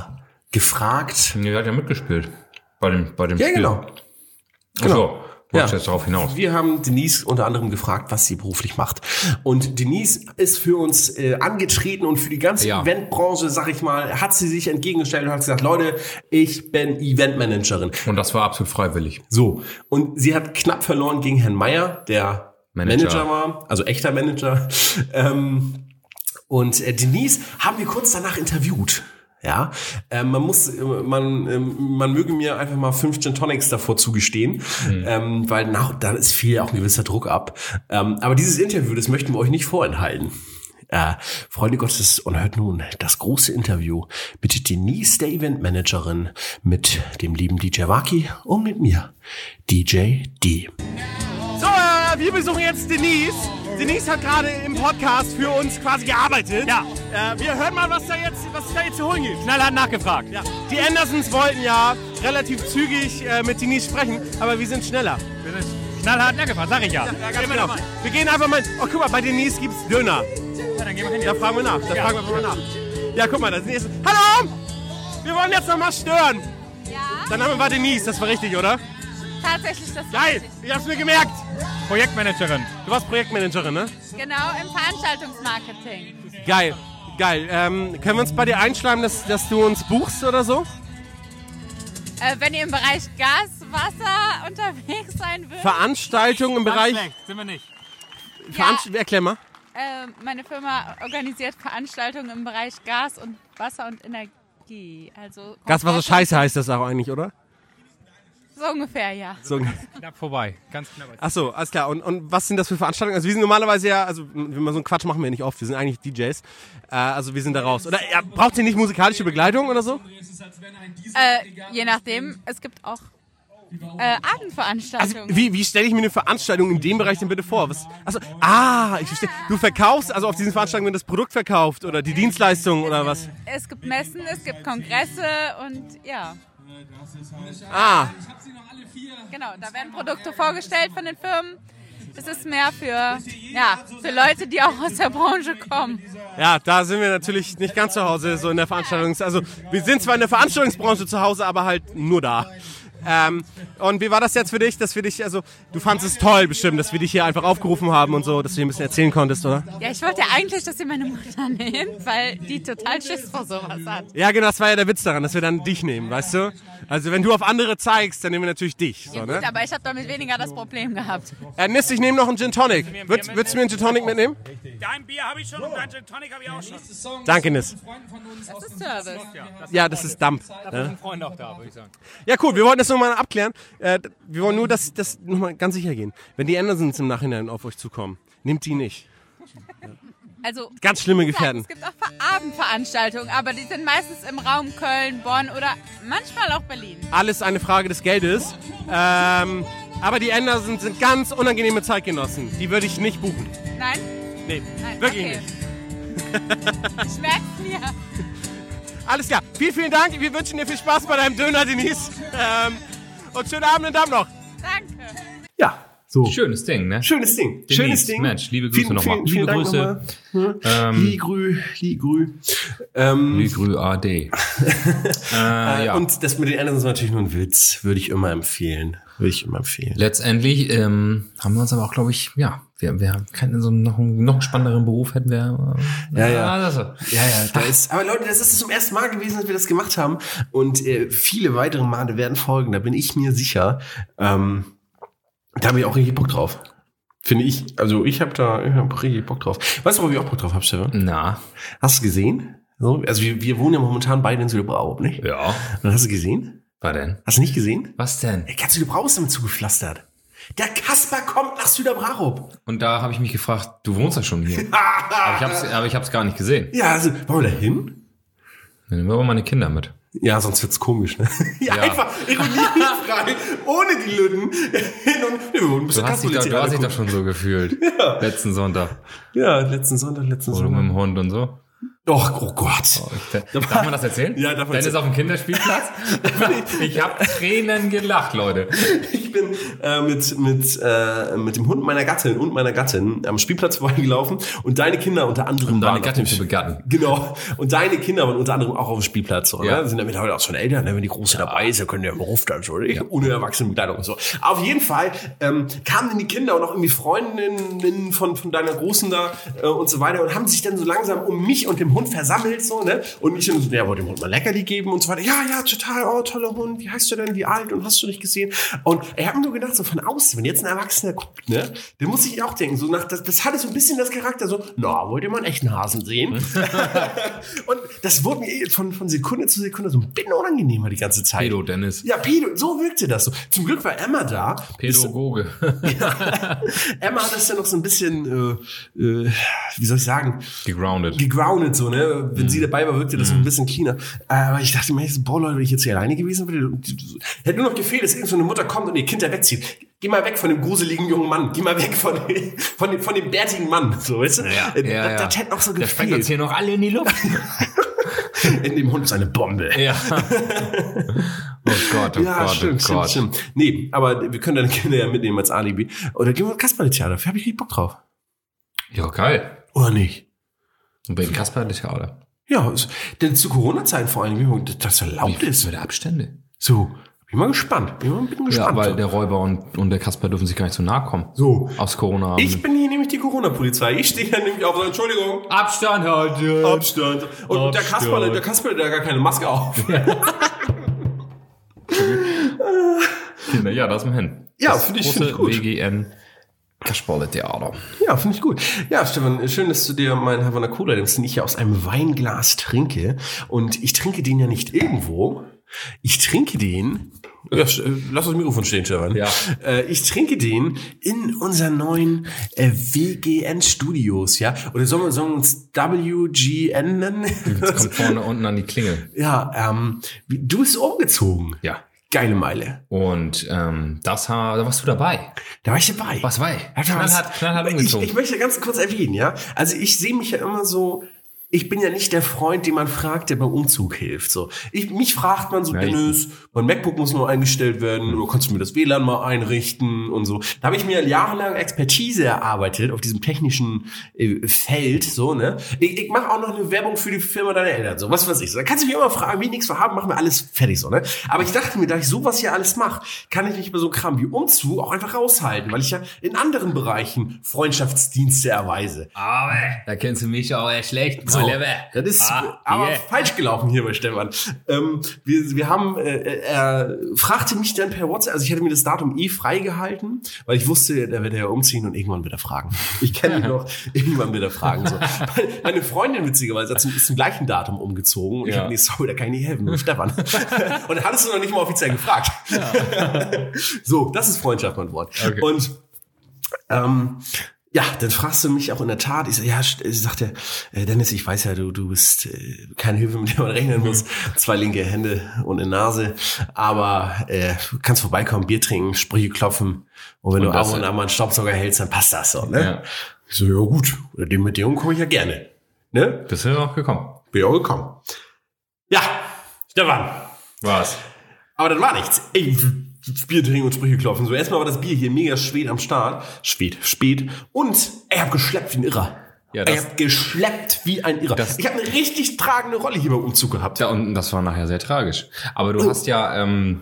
Speaker 5: gefragt.
Speaker 3: Ihr hat ja mitgespielt. Bei dem, bei dem
Speaker 5: Ja,
Speaker 3: Spiel.
Speaker 5: genau.
Speaker 3: Ach so. Wolltest
Speaker 5: Ja.
Speaker 3: jetzt darauf hinaus.
Speaker 5: Wir haben Denise unter anderem gefragt, was sie beruflich macht. Und Denise ist für uns äh, angetreten und für die ganze
Speaker 3: Ja.
Speaker 5: Eventbranche, sag ich mal, hat sie sich entgegengestellt und hat gesagt, Leute, ich bin Eventmanagerin.
Speaker 3: Und das war absolut freiwillig.
Speaker 5: So, und sie hat knapp verloren gegen Herrn Meier, der Manager,
Speaker 3: Manager.
Speaker 5: war, also echter Manager. Ähm, und äh, Denise haben wir kurz danach interviewt. Ja, äh, man muss, äh, man, äh, man möge mir einfach mal 15 Tonics davor zugestehen, ähm, weil na, da ist viel auch ein gewisser Druck ab. Ähm, aber dieses Interview, das möchten wir euch nicht vorenthalten. Äh, Freunde Gottes, und hört nun das große Interview mit Denise, der Eventmanagerin, mit dem lieben DJ Waki und mit mir, DJ D.
Speaker 6: So, äh, wir besuchen jetzt Denise. Denise hat gerade im Podcast für uns quasi gearbeitet. Ja. Äh, wir hören mal, was da jetzt, was es da jetzt zu holen gibt. Knallhart nachgefragt. Ja. Die Andersons wollten ja relativ zügig äh, mit Denise sprechen, aber wir sind schneller. Wir sind knallhart nachgefragt, sag ich ja. ja, ganz genau. Wir gehen einfach mal. Oh, guck mal, bei Denise gibt's Döner. Ja, dann gehen wir hin. Da fragen wir nach. Da fragen wir einfach mal nach. Ja, guck mal, das nächste. Hallo! Wir wollen jetzt noch mal stören. Ja. Dein Name war Denise, das war richtig, oder?
Speaker 7: tatsächlich das
Speaker 6: Geil,
Speaker 7: Richtige.
Speaker 6: ich hab's mir gemerkt.
Speaker 2: Projektmanagerin.
Speaker 6: Du warst Projektmanagerin, ne?
Speaker 7: Genau, im Veranstaltungsmarketing.
Speaker 6: Geil, geil. Ähm, können wir uns bei dir einschleimen, dass, dass du uns buchst oder so?
Speaker 7: Äh, wenn ihr im Bereich Gas, Wasser unterwegs sein würdet,
Speaker 6: Veranstaltungen im Bereich.
Speaker 2: Sind wir nicht.
Speaker 6: Veranst Erklär mal.
Speaker 7: äh, meine Firma organisiert Veranstaltungen im Bereich Gas und Wasser und Energie. Also
Speaker 6: Gas, Wasser, Scheiße heißt das auch eigentlich, oder?
Speaker 7: So ungefähr, ja.
Speaker 6: So.
Speaker 2: Knapp vorbei. Ganz knapp.
Speaker 6: Achso, alles klar. Und, und was sind das für Veranstaltungen? Also wir sind normalerweise ja, also wenn man so einen Quatsch machen wir nicht oft. Wir sind eigentlich DJs. Äh, also wir sind da raus. Oder ja, braucht ihr nicht musikalische Begleitung oder so?
Speaker 7: Äh, je nachdem, es gibt auch äh,
Speaker 6: Also
Speaker 7: Abendveranstaltungen.
Speaker 6: wie, wie stelle ich mir eine Veranstaltung in dem Bereich denn bitte vor? Was, also ah, ich verstehe. Du verkaufst also auf diesen Veranstaltungen das Produkt verkauft oder die Dienstleistung oder was?
Speaker 7: es gibt Messen, es gibt Kongresse und ja,
Speaker 6: Ah,
Speaker 7: genau, da werden Produkte vorgestellt von den Firmen. Es ist mehr für, ja, für Leute, die auch aus der Branche kommen.
Speaker 6: ja, da sind wir natürlich nicht ganz zu Hause so in der Veranstaltungs. Also wir sind zwar in der Veranstaltungsbranche zu Hause, aber halt nur da. Ähm, und wie war das jetzt für dich, dass wir dich, also du fandest es toll bestimmt, dass wir dich hier einfach aufgerufen haben und so, dass du hier ein bisschen erzählen konntest, oder?
Speaker 7: Ja, ich wollte ja eigentlich, dass ihr meine Mutter nehmt, weil die total Schiss vor sowas hat.
Speaker 6: Ja, genau, das war ja der Witz daran, dass wir dann dich nehmen, weißt du? Also wenn du auf andere zeigst, dann nehmen wir natürlich dich. So,
Speaker 7: Ja,
Speaker 6: ne?
Speaker 7: gut, aber ich habe damit weniger das Problem gehabt.
Speaker 6: Äh, Mist, ich nehme noch einen Gin Tonic. Würd, würdest du mir einen Gin Tonic mitnehmen?
Speaker 8: Dein Bier habe ich schon und dein Gin Tonic habe ich auch schon.
Speaker 6: Danke, Nis.
Speaker 7: Das ist Service.
Speaker 6: Ja, das ist ne? Dampf.
Speaker 2: Ein Freund auch da, würde ich sagen.
Speaker 6: Ja, cool, wir wollten das nochmal abklären. Äh, wir wollen nur, dass das nochmal ganz sicher gehen. Wenn die Andersons im Nachhinein auf euch zukommen, nehmt die nicht.
Speaker 7: Also,
Speaker 6: Ganz schlimme Gefährten.
Speaker 7: es gibt auch Ver- Abendveranstaltungen, aber die sind meistens im Raum Köln, Bonn oder manchmal auch Berlin.
Speaker 6: Alles eine Frage des Geldes. Ähm, aber die Andersons sind ganz unangenehme Zeitgenossen. Die würde ich nicht buchen.
Speaker 7: Nein?
Speaker 6: Nee,
Speaker 7: Nein,
Speaker 6: wirklich
Speaker 7: okay.
Speaker 6: nicht.
Speaker 7: Ich merk's mir.
Speaker 6: Alles klar. Vielen, vielen Dank. Wir wünschen dir viel Spaß bei deinem Döner, Denise. Ähm, und schönen Abend in Damm noch.
Speaker 7: Danke.
Speaker 5: Ja, so.
Speaker 3: Schönes Ding, ne?
Speaker 5: Schönes Ding.
Speaker 3: Denise,
Speaker 5: Schönes Ding.
Speaker 3: Mensch, liebe Grüße nochmal.
Speaker 5: Vielen,
Speaker 3: Liebe
Speaker 5: vielen Dank
Speaker 3: Grüße.
Speaker 5: nochmal. Hm? Ähm, Ligrü, Ligrü. Ähm,
Speaker 3: Lügrü AD. äh, ja.
Speaker 5: Und das mit den Andersons war natürlich nur ein Witz. Würde ich immer empfehlen. Würde ich immer empfehlen.
Speaker 3: Letztendlich ähm, haben wir uns aber auch, glaube ich, ja, wir, wir haben keinen so einen- noch, einen- noch spannenderen Beruf hätten wir. Äh,
Speaker 5: Ja, ja.
Speaker 3: Ah, das, ist- ja, ja.
Speaker 5: Da ist, aber Leute, das ist zum ersten Mal gewesen, dass wir das gemacht haben. Und äh, viele weitere Male werden folgen, da bin ich mir sicher. Ähm, da habe ich auch richtig Bock drauf. Finde ich. Also ich habe da ich hab richtig Bock drauf. Weißt du, wo ich auch Bock drauf habe, Stefan?
Speaker 3: Na,
Speaker 5: Hast du gesehen? So, also wir, wir wohnen ja momentan beide in Südebrau, nicht?
Speaker 3: ja.
Speaker 5: Und hast du gesehen?
Speaker 3: Was denn?
Speaker 5: Hast du nicht gesehen?
Speaker 3: Was denn?
Speaker 5: Der ganze Südebrau ist damit zugepflastert. Der Kasper kommt nach Süderbrau.
Speaker 3: Und da habe ich mich gefragt, du wohnst ja schon hier. aber ich hab's, aber ich hab's gar nicht gesehen.
Speaker 5: Ja, also, wollen wir da hin?
Speaker 3: Dann nehmen wir aber meine Kinder mit.
Speaker 5: Ja, sonst wird's komisch, ne? Ja, einfach ironiefrei, ohne die Lüden. Hin und, nee, wir wurden ein
Speaker 3: Du
Speaker 5: bisschen
Speaker 3: hast dich da,
Speaker 5: Kasperlitz
Speaker 3: du hast dich
Speaker 5: hier
Speaker 3: da schon so gefühlt. Letzten Sonntag.
Speaker 5: Ja, letzten Sonntag, letzten
Speaker 3: Oder mit
Speaker 5: Sonntag.
Speaker 3: dem Hund und so.
Speaker 5: Och, oh Gott.
Speaker 3: Darf man das erzählen?
Speaker 5: Ja, darf man
Speaker 3: Dennis
Speaker 5: erzählen.
Speaker 3: auf dem Kinderspielplatz. ich habe Tränen gelacht, Leute.
Speaker 5: Ich bin äh, mit, mit, äh, mit dem Hund meiner Gattin und meiner Gattin am Spielplatz vorbeigelaufen und deine Kinder unter anderem
Speaker 3: Deine
Speaker 5: waren auf
Speaker 3: Gattin
Speaker 5: dem
Speaker 3: zu begatten.
Speaker 5: Genau. Und deine Kinder waren unter anderem auch auf dem Spielplatz, oder?
Speaker 3: Ja.
Speaker 5: Sind ja mittlerweile auch schon Eltern, ne? wenn die Große dabei ist, dann können die ja im Beruf dann schon, ja. ohne Erwachsenenbekleidung und so. Auf jeden Fall ähm, kamen dann die Kinder und auch irgendwie Freundinnen von, von deiner Großen da äh, und so weiter und haben sich dann so langsam um mich und dem Hund versammelt, so, ne? Und ich dann so, ja, wollte dem Hund mal Leckerli geben und so weiter. Ja, ja, total, oh, toller Hund, wie heißt du denn, wie alt und hast du nicht gesehen? Und ich habe mir nur gedacht, so von außen, wenn jetzt ein Erwachsener guckt, ne? Dann muss ich auch denken, so nach, das, das hatte so ein bisschen das Charakter, so, na, wollt ihr mal einen echten Hasen sehen? Und das wurde mir eh von, von Sekunde zu Sekunde so ein bisschen unangenehmer die ganze Zeit.
Speaker 3: Pedo, Dennis.
Speaker 5: Ja, Pedo, so wirkte das so. Zum Glück war Emma da.
Speaker 3: Pädagoge.
Speaker 5: Emma hat das ja noch so ein bisschen, äh, äh, wie soll ich sagen,
Speaker 3: Gegroundet.
Speaker 5: gegroundet so, ne? Wenn
Speaker 3: Mhm.
Speaker 5: sie dabei war, wirkte das so ein bisschen cleaner. Aber ich dachte mir, echt so, boah, Leute, wenn ich jetzt hier alleine gewesen wäre, hätte nur noch gefehlt, dass irgend so eine Mutter kommt und ihr Kind da wegzieht. Geh mal weg von dem gruseligen jungen Mann. Geh mal weg von, von, dem, von dem bärtigen Mann. So, weißt du? Äh,
Speaker 3: Ja,
Speaker 5: das,
Speaker 3: ja.
Speaker 5: das hätte auch so
Speaker 3: Der sprengt uns
Speaker 5: gefehlt.
Speaker 3: hier noch alle in die Luft.
Speaker 5: In dem Hund ist eine Bombe.
Speaker 3: ja. Oh Gott, oh
Speaker 5: Ja,
Speaker 3: Gott,
Speaker 5: stimmt,
Speaker 3: oh
Speaker 5: stimmt,
Speaker 3: Gott.
Speaker 5: stimmt. Nee, aber wir können deine Kinder ja mitnehmen als Alibi. Oder gehen wir ins Kasperle-Theater, dafür habe ich richtig Bock drauf.
Speaker 3: Ja, geil.
Speaker 5: Oder nicht?
Speaker 3: Und bei dem Kasper das ja, oder?
Speaker 5: Ja, es- denn zu Corona-Zeiten vor allem, dass das so laut
Speaker 3: Wie
Speaker 5: ist.
Speaker 3: sind wir da Abstände?
Speaker 5: So, Bin mal gespannt. Bin mal ein bisschen gespannt.
Speaker 3: Ja, weil der Räuber und, und der Kasper dürfen sich gar nicht so nahe kommen.
Speaker 5: So.
Speaker 3: Aus Corona.
Speaker 5: ich bin hier nämlich die Corona-Polizei. Ich stehe hier nämlich auf. und sage, Entschuldigung.
Speaker 2: Abstand heute.
Speaker 5: Abstand. Und der Kasperle, der Kasperle, der hat gar keine Maske auf.
Speaker 3: Kinder, ja, das mal hin.
Speaker 5: Ja,
Speaker 3: das
Speaker 5: finde ich-
Speaker 3: große
Speaker 5: finde ich gut.
Speaker 3: WGN Kasperle Theater.
Speaker 5: Ja, finde ich gut. Ja, Stefan, schön, dass du dir meinen Havana Cola nimmst, den ich ja aus einem Weinglas trinke. Und ich trinke den ja nicht irgendwo. Ich trinke den. Ja, sch- äh, lass das Mikrofon stehen, Stefan.
Speaker 3: Ja.
Speaker 5: Äh, ich trinke den in unseren neuen äh, WGN Studios, ja. Oder sollen wir, sollen wir uns WGN nennen?
Speaker 3: Das kommt vorne unten an die Klingel.
Speaker 5: ja, ähm, wie- du bist umgezogen.
Speaker 3: Ja.
Speaker 5: Geile Meile.
Speaker 3: Und ähm, das ha- da warst du dabei.
Speaker 5: Da war ich dabei.
Speaker 3: Was dabei?
Speaker 5: Ja, klar,
Speaker 3: Knallhart,
Speaker 5: das-
Speaker 3: knallhart
Speaker 5: ich,
Speaker 3: umgezogen.
Speaker 5: ich möchte ganz kurz erwähnen, ja. Also ich sehe mich ja immer so, ich bin ja nicht der Freund, den man fragt, der beim Umzug hilft. So. Ich, mich fragt man so,
Speaker 3: Nein.
Speaker 5: Dennis, mein MacBook muss neu eingestellt werden, oder kannst du mir das WLAN mal einrichten und so. Da habe ich mir jahrelang Expertise erarbeitet auf diesem technischen äh, Feld. So, ne? Ich, ich mache auch noch eine Werbung für die Firma deiner Eltern. So, was weiß ich. Da kannst du mich immer fragen, wie nichts verhaben, machen wir alles fertig. So, ne? Aber ich dachte mir, da ich sowas hier alles mache, kann ich mich bei so Kram wie Umzug auch einfach raushalten, weil ich ja in anderen Bereichen Freundschaftsdienste erweise.
Speaker 3: Aber da kennst du mich auch echt schlecht.
Speaker 5: So,
Speaker 3: Oliver.
Speaker 5: das ist
Speaker 3: Ah,
Speaker 5: aber
Speaker 3: yeah.
Speaker 5: falsch gelaufen hier bei Stefan. Ähm, wir, wir haben, äh, er fragte mich dann per WhatsApp, also ich hatte mir das Datum eh freigehalten, weil ich wusste, da wird er ja umziehen und irgendwann wird er fragen. Ich kenne ihn noch, irgendwann wird er fragen. So. Meine Freundin witzigerweise hat zum, ist zum gleichen Datum umgezogen und ich
Speaker 3: Ja.
Speaker 5: habe nee, sorry, da kann ich nicht helfen, nur Stefan. und hattest du noch nicht mal offiziell gefragt. so, das ist Freundschaft, mein Wort.
Speaker 3: Okay.
Speaker 5: Und ähm, ja, dann fragst du mich auch in der Tat. Ich sag, ja, st- äh, sagt er, äh, Dennis, ich weiß ja, du, du bist äh, keine Hilfe, mit der man rechnen muss. Zwei linke Hände und eine Nase. Aber äh, du kannst vorbeikommen, Bier trinken, Sprüche klopfen. Und wenn
Speaker 3: Und
Speaker 5: du ab
Speaker 3: das-
Speaker 5: und an mal einen Staubsauger hältst, dann passt das so, ne?
Speaker 3: Ja.
Speaker 5: Ich so, ja gut, unter den Bedingungen komme ich ja gerne. Ne?
Speaker 3: Bist du noch gekommen?
Speaker 5: Bin ja auch gekommen. Ja, Stefan.
Speaker 3: Was?
Speaker 5: Aber dann war nichts. Ey, Bier trinken und Sprüche klopfen. So, erstmal war das Bier hier mega spät am Start. Spät, spät. Und ich hab geschleppt wie ein Irrer.
Speaker 3: Ja,
Speaker 5: ich
Speaker 3: das-
Speaker 5: hab geschleppt wie ein Irrer.
Speaker 3: Das-
Speaker 5: ich habe eine richtig tragende Rolle hier beim Umzug gehabt.
Speaker 3: Ja, und das war nachher sehr tragisch. Aber
Speaker 5: Oh.
Speaker 3: du hast ja ähm,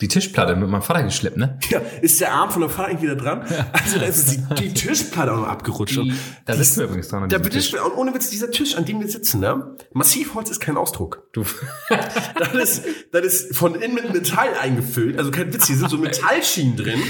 Speaker 3: die Tischplatte mit meinem Vater geschleppt, ne?
Speaker 5: Ja, ist der Arm von der Fahrt eigentlich wieder dran? Also da ist die, die Tischplatte auch noch abgerutscht.
Speaker 3: Die-
Speaker 5: Und
Speaker 3: da sitzen wir übrigens dran an
Speaker 5: Da
Speaker 3: diesem
Speaker 5: bitte, und ohne Witz, dieser Tisch, an dem wir sitzen, ne? Massivholz ist kein Ausdruck.
Speaker 3: Du.
Speaker 5: Das ist, das ist von innen mit Metall eingefüllt. Also kein Witz, hier sind so Metallschienen drin.